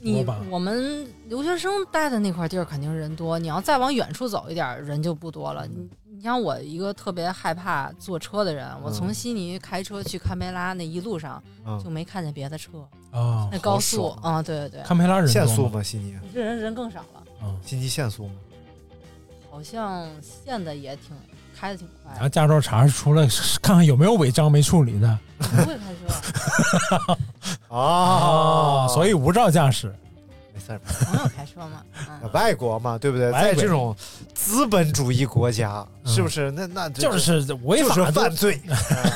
Speaker 4: 你
Speaker 2: 吧
Speaker 4: 我们留学生待的那块地儿肯定人多，你要再往远处走一点儿，人就不多了。
Speaker 5: 嗯
Speaker 4: 你你像我一个特别害怕坐车的人，我
Speaker 5: 嗯
Speaker 4: 从悉尼开车去堪培拉那一路上、
Speaker 2: 嗯
Speaker 4: 就没看见别的车，
Speaker 5: 啊
Speaker 4: 那高速啊、对对对，
Speaker 5: 堪培拉人多
Speaker 2: 限速
Speaker 5: 吗嗯
Speaker 2: 吗？悉尼，
Speaker 4: 这人人更少了，
Speaker 2: 悉尼限速吗？
Speaker 4: 好像现在也挺开的挺快
Speaker 5: 然后驾照查出来，看看有没有违章没处理的。
Speaker 4: 不会开车，啊
Speaker 2: 啊
Speaker 5: 哦，所以无照驾驶。
Speaker 2: 没事儿，
Speaker 4: 朋友开车 嘛，嗯，
Speaker 2: 外国嘛，对不对？
Speaker 5: 外国嗯
Speaker 2: 在这种资本主义国家，是不是？那那
Speaker 5: 就是违法
Speaker 2: 就
Speaker 5: 的
Speaker 2: 是犯 罪，嗯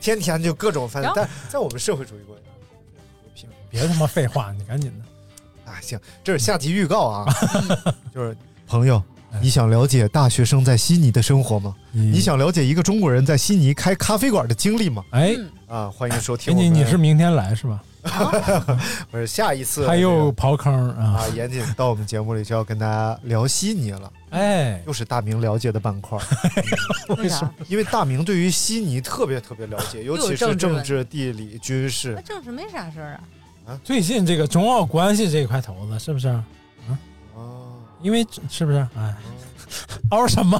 Speaker 2: 天天就各种犯罪
Speaker 5: 然。后
Speaker 2: 但在我们社会主义国家，
Speaker 5: 别他妈废话，你赶紧的。
Speaker 2: 啊，行，这是下集预告 啊，就是朋友。
Speaker 5: 哎
Speaker 2: 你想了解大学生在悉尼的生活吗？
Speaker 5: 嗯
Speaker 2: 你想了解一个中国人在悉尼开咖啡馆的经历吗？
Speaker 5: 哎，
Speaker 4: 嗯
Speaker 2: 啊，欢迎收听
Speaker 5: 哎
Speaker 2: 我
Speaker 5: 你
Speaker 2: 们。
Speaker 5: 你是明天来是吧？
Speaker 2: 不是下一次
Speaker 5: 他又刨坑
Speaker 2: 啊
Speaker 5: 啊！，
Speaker 2: 严谨到我们节目里就要跟大家聊悉尼了。
Speaker 5: 哎，
Speaker 2: 又是大明了解的板块儿，
Speaker 4: 为啥？
Speaker 2: 因为大明对于悉尼特别特别了 解，尤其是政治、地理、军事
Speaker 4: 那。正是没啥事儿啊，
Speaker 5: 最近这个中澳关系这一块头子是不是？啊，
Speaker 2: 哦
Speaker 5: 因为是不是？哎，
Speaker 2: 嗯
Speaker 5: 嗷什么？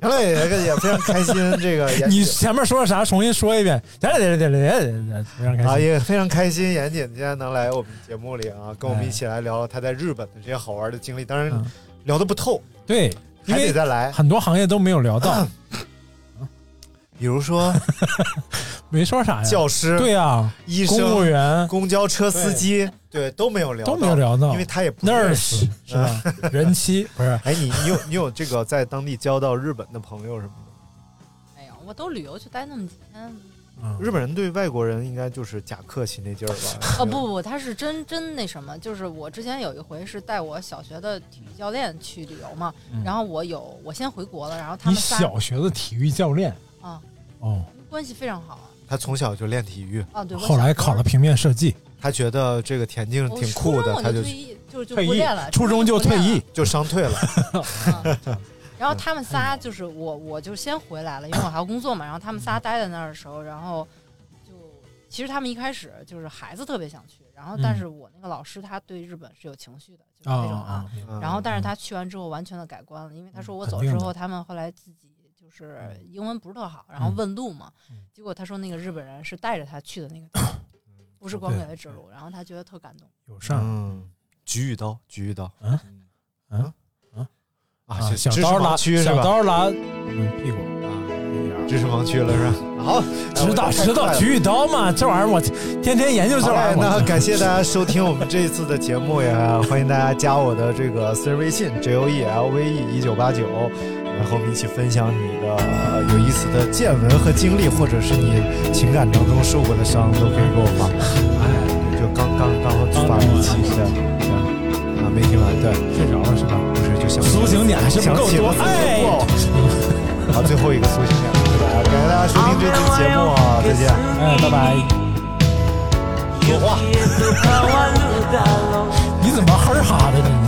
Speaker 2: 杨磊也也非常开心，这个严 谨
Speaker 5: 你前面说了啥？重新说一遍。得得得得得，非
Speaker 2: 啊
Speaker 5: 常开心。
Speaker 2: 也非常开心，严谨今天能来我们节目里啊，跟我们一起来聊聊他在日本的这些好玩的经历，当然聊的不透，
Speaker 5: 对，嗯因
Speaker 2: 还
Speaker 5: 为
Speaker 2: 得再嗯来。
Speaker 5: 很多行业都没有聊到，
Speaker 2: 比如说
Speaker 5: 没说哎啥呀。
Speaker 2: 教师
Speaker 5: 对呀，
Speaker 2: 医生、
Speaker 5: 公务员、
Speaker 2: 公交车司机，对都没有聊，
Speaker 5: 都没有聊到
Speaker 2: 因为他也不认识嗯
Speaker 5: nurse 是吧？人妻不是？
Speaker 2: 哎，你你有你有这个在当地交到日本的朋友什么的？
Speaker 4: 哎呀，我都旅游去待那么几天，
Speaker 2: 日
Speaker 5: 嗯
Speaker 2: 本人对外国人应该就是假客气那劲儿吧？
Speaker 5: 啊
Speaker 4: 哦不不，他是真真那什么，就是我之前有一回是带我小学的体育教练去旅游嘛，
Speaker 5: 嗯
Speaker 4: 然后我有我先回国了，然后他
Speaker 5: 你
Speaker 4: 们仨
Speaker 5: 小学的体育教练
Speaker 4: 啊
Speaker 5: 哦，
Speaker 4: 关系非常好啊，
Speaker 2: 他从小就练体育，
Speaker 4: 啊对，我
Speaker 5: 后来考了平面设计，
Speaker 2: 他觉得这个田径
Speaker 4: 小
Speaker 2: 挺酷的，
Speaker 4: 我初中
Speaker 2: 他
Speaker 4: 我
Speaker 2: 就
Speaker 4: 就退役，就是就不练了，
Speaker 5: 初中就退役，
Speaker 2: 就伤退了。
Speaker 4: 嗯然后他们仨就是我，我就先回来了，因为我还要工作嘛。然后他们仨待在那儿的时候，然后就其实他们一开始就是孩子特别想去，然后
Speaker 5: 嗯
Speaker 4: 但是我那个老师他对日本是有情绪的，就是那种啊。
Speaker 5: 哦
Speaker 2: 嗯
Speaker 5: 哦
Speaker 4: 然后但是他去完之后完全的改观了，因为他说我
Speaker 5: 肯
Speaker 4: 走
Speaker 5: 定
Speaker 4: 之
Speaker 5: 的
Speaker 4: 后，他们后来自己就是英文不是特好，然后问路嘛，结果他说那个日本人嗯是带着他去的那个地方，不是光给他指路，然后他觉得特感动。
Speaker 5: 友善，
Speaker 2: 嗯，菊与刀，菊与刀，
Speaker 5: 嗯嗯
Speaker 2: 嗯
Speaker 5: 啊
Speaker 2: 啊，
Speaker 5: 小
Speaker 2: 知识
Speaker 5: 刀
Speaker 2: 盲
Speaker 5: 拉
Speaker 2: 区是吧
Speaker 5: 小刀拉嗯屁股
Speaker 2: 啊，知识盲区了是吧？好，
Speaker 5: 知道知道菊与刀嘛，这玩意儿我天天研究这玩意儿
Speaker 2: 好嘞那
Speaker 5: 我。
Speaker 2: 感谢大家收听我们这一次的节目，也 欢迎大家加我的这个私人微信 j o e l v e 一九八九，然后我们一起分享你的呃有意思的见闻和经历，或者是你情感当中受过的伤，都可以给我 发。哎，就刚刚刚刚发了一期的，啊，没听完，对，睡着了是吧？不是，就想
Speaker 5: 苏醒点还是不够
Speaker 2: 想起了
Speaker 5: 多
Speaker 2: 自己
Speaker 5: 哎
Speaker 2: 过往。好，最后一个苏醒点，对吧？感谢大家收听这期节目啊，再见，
Speaker 5: 哎，拜拜。
Speaker 2: 说话。
Speaker 1: 変わるだろう
Speaker 5: 你怎么哼哈的呢？
Speaker 2: Mm.
Speaker 5: 你 Oh, Oh,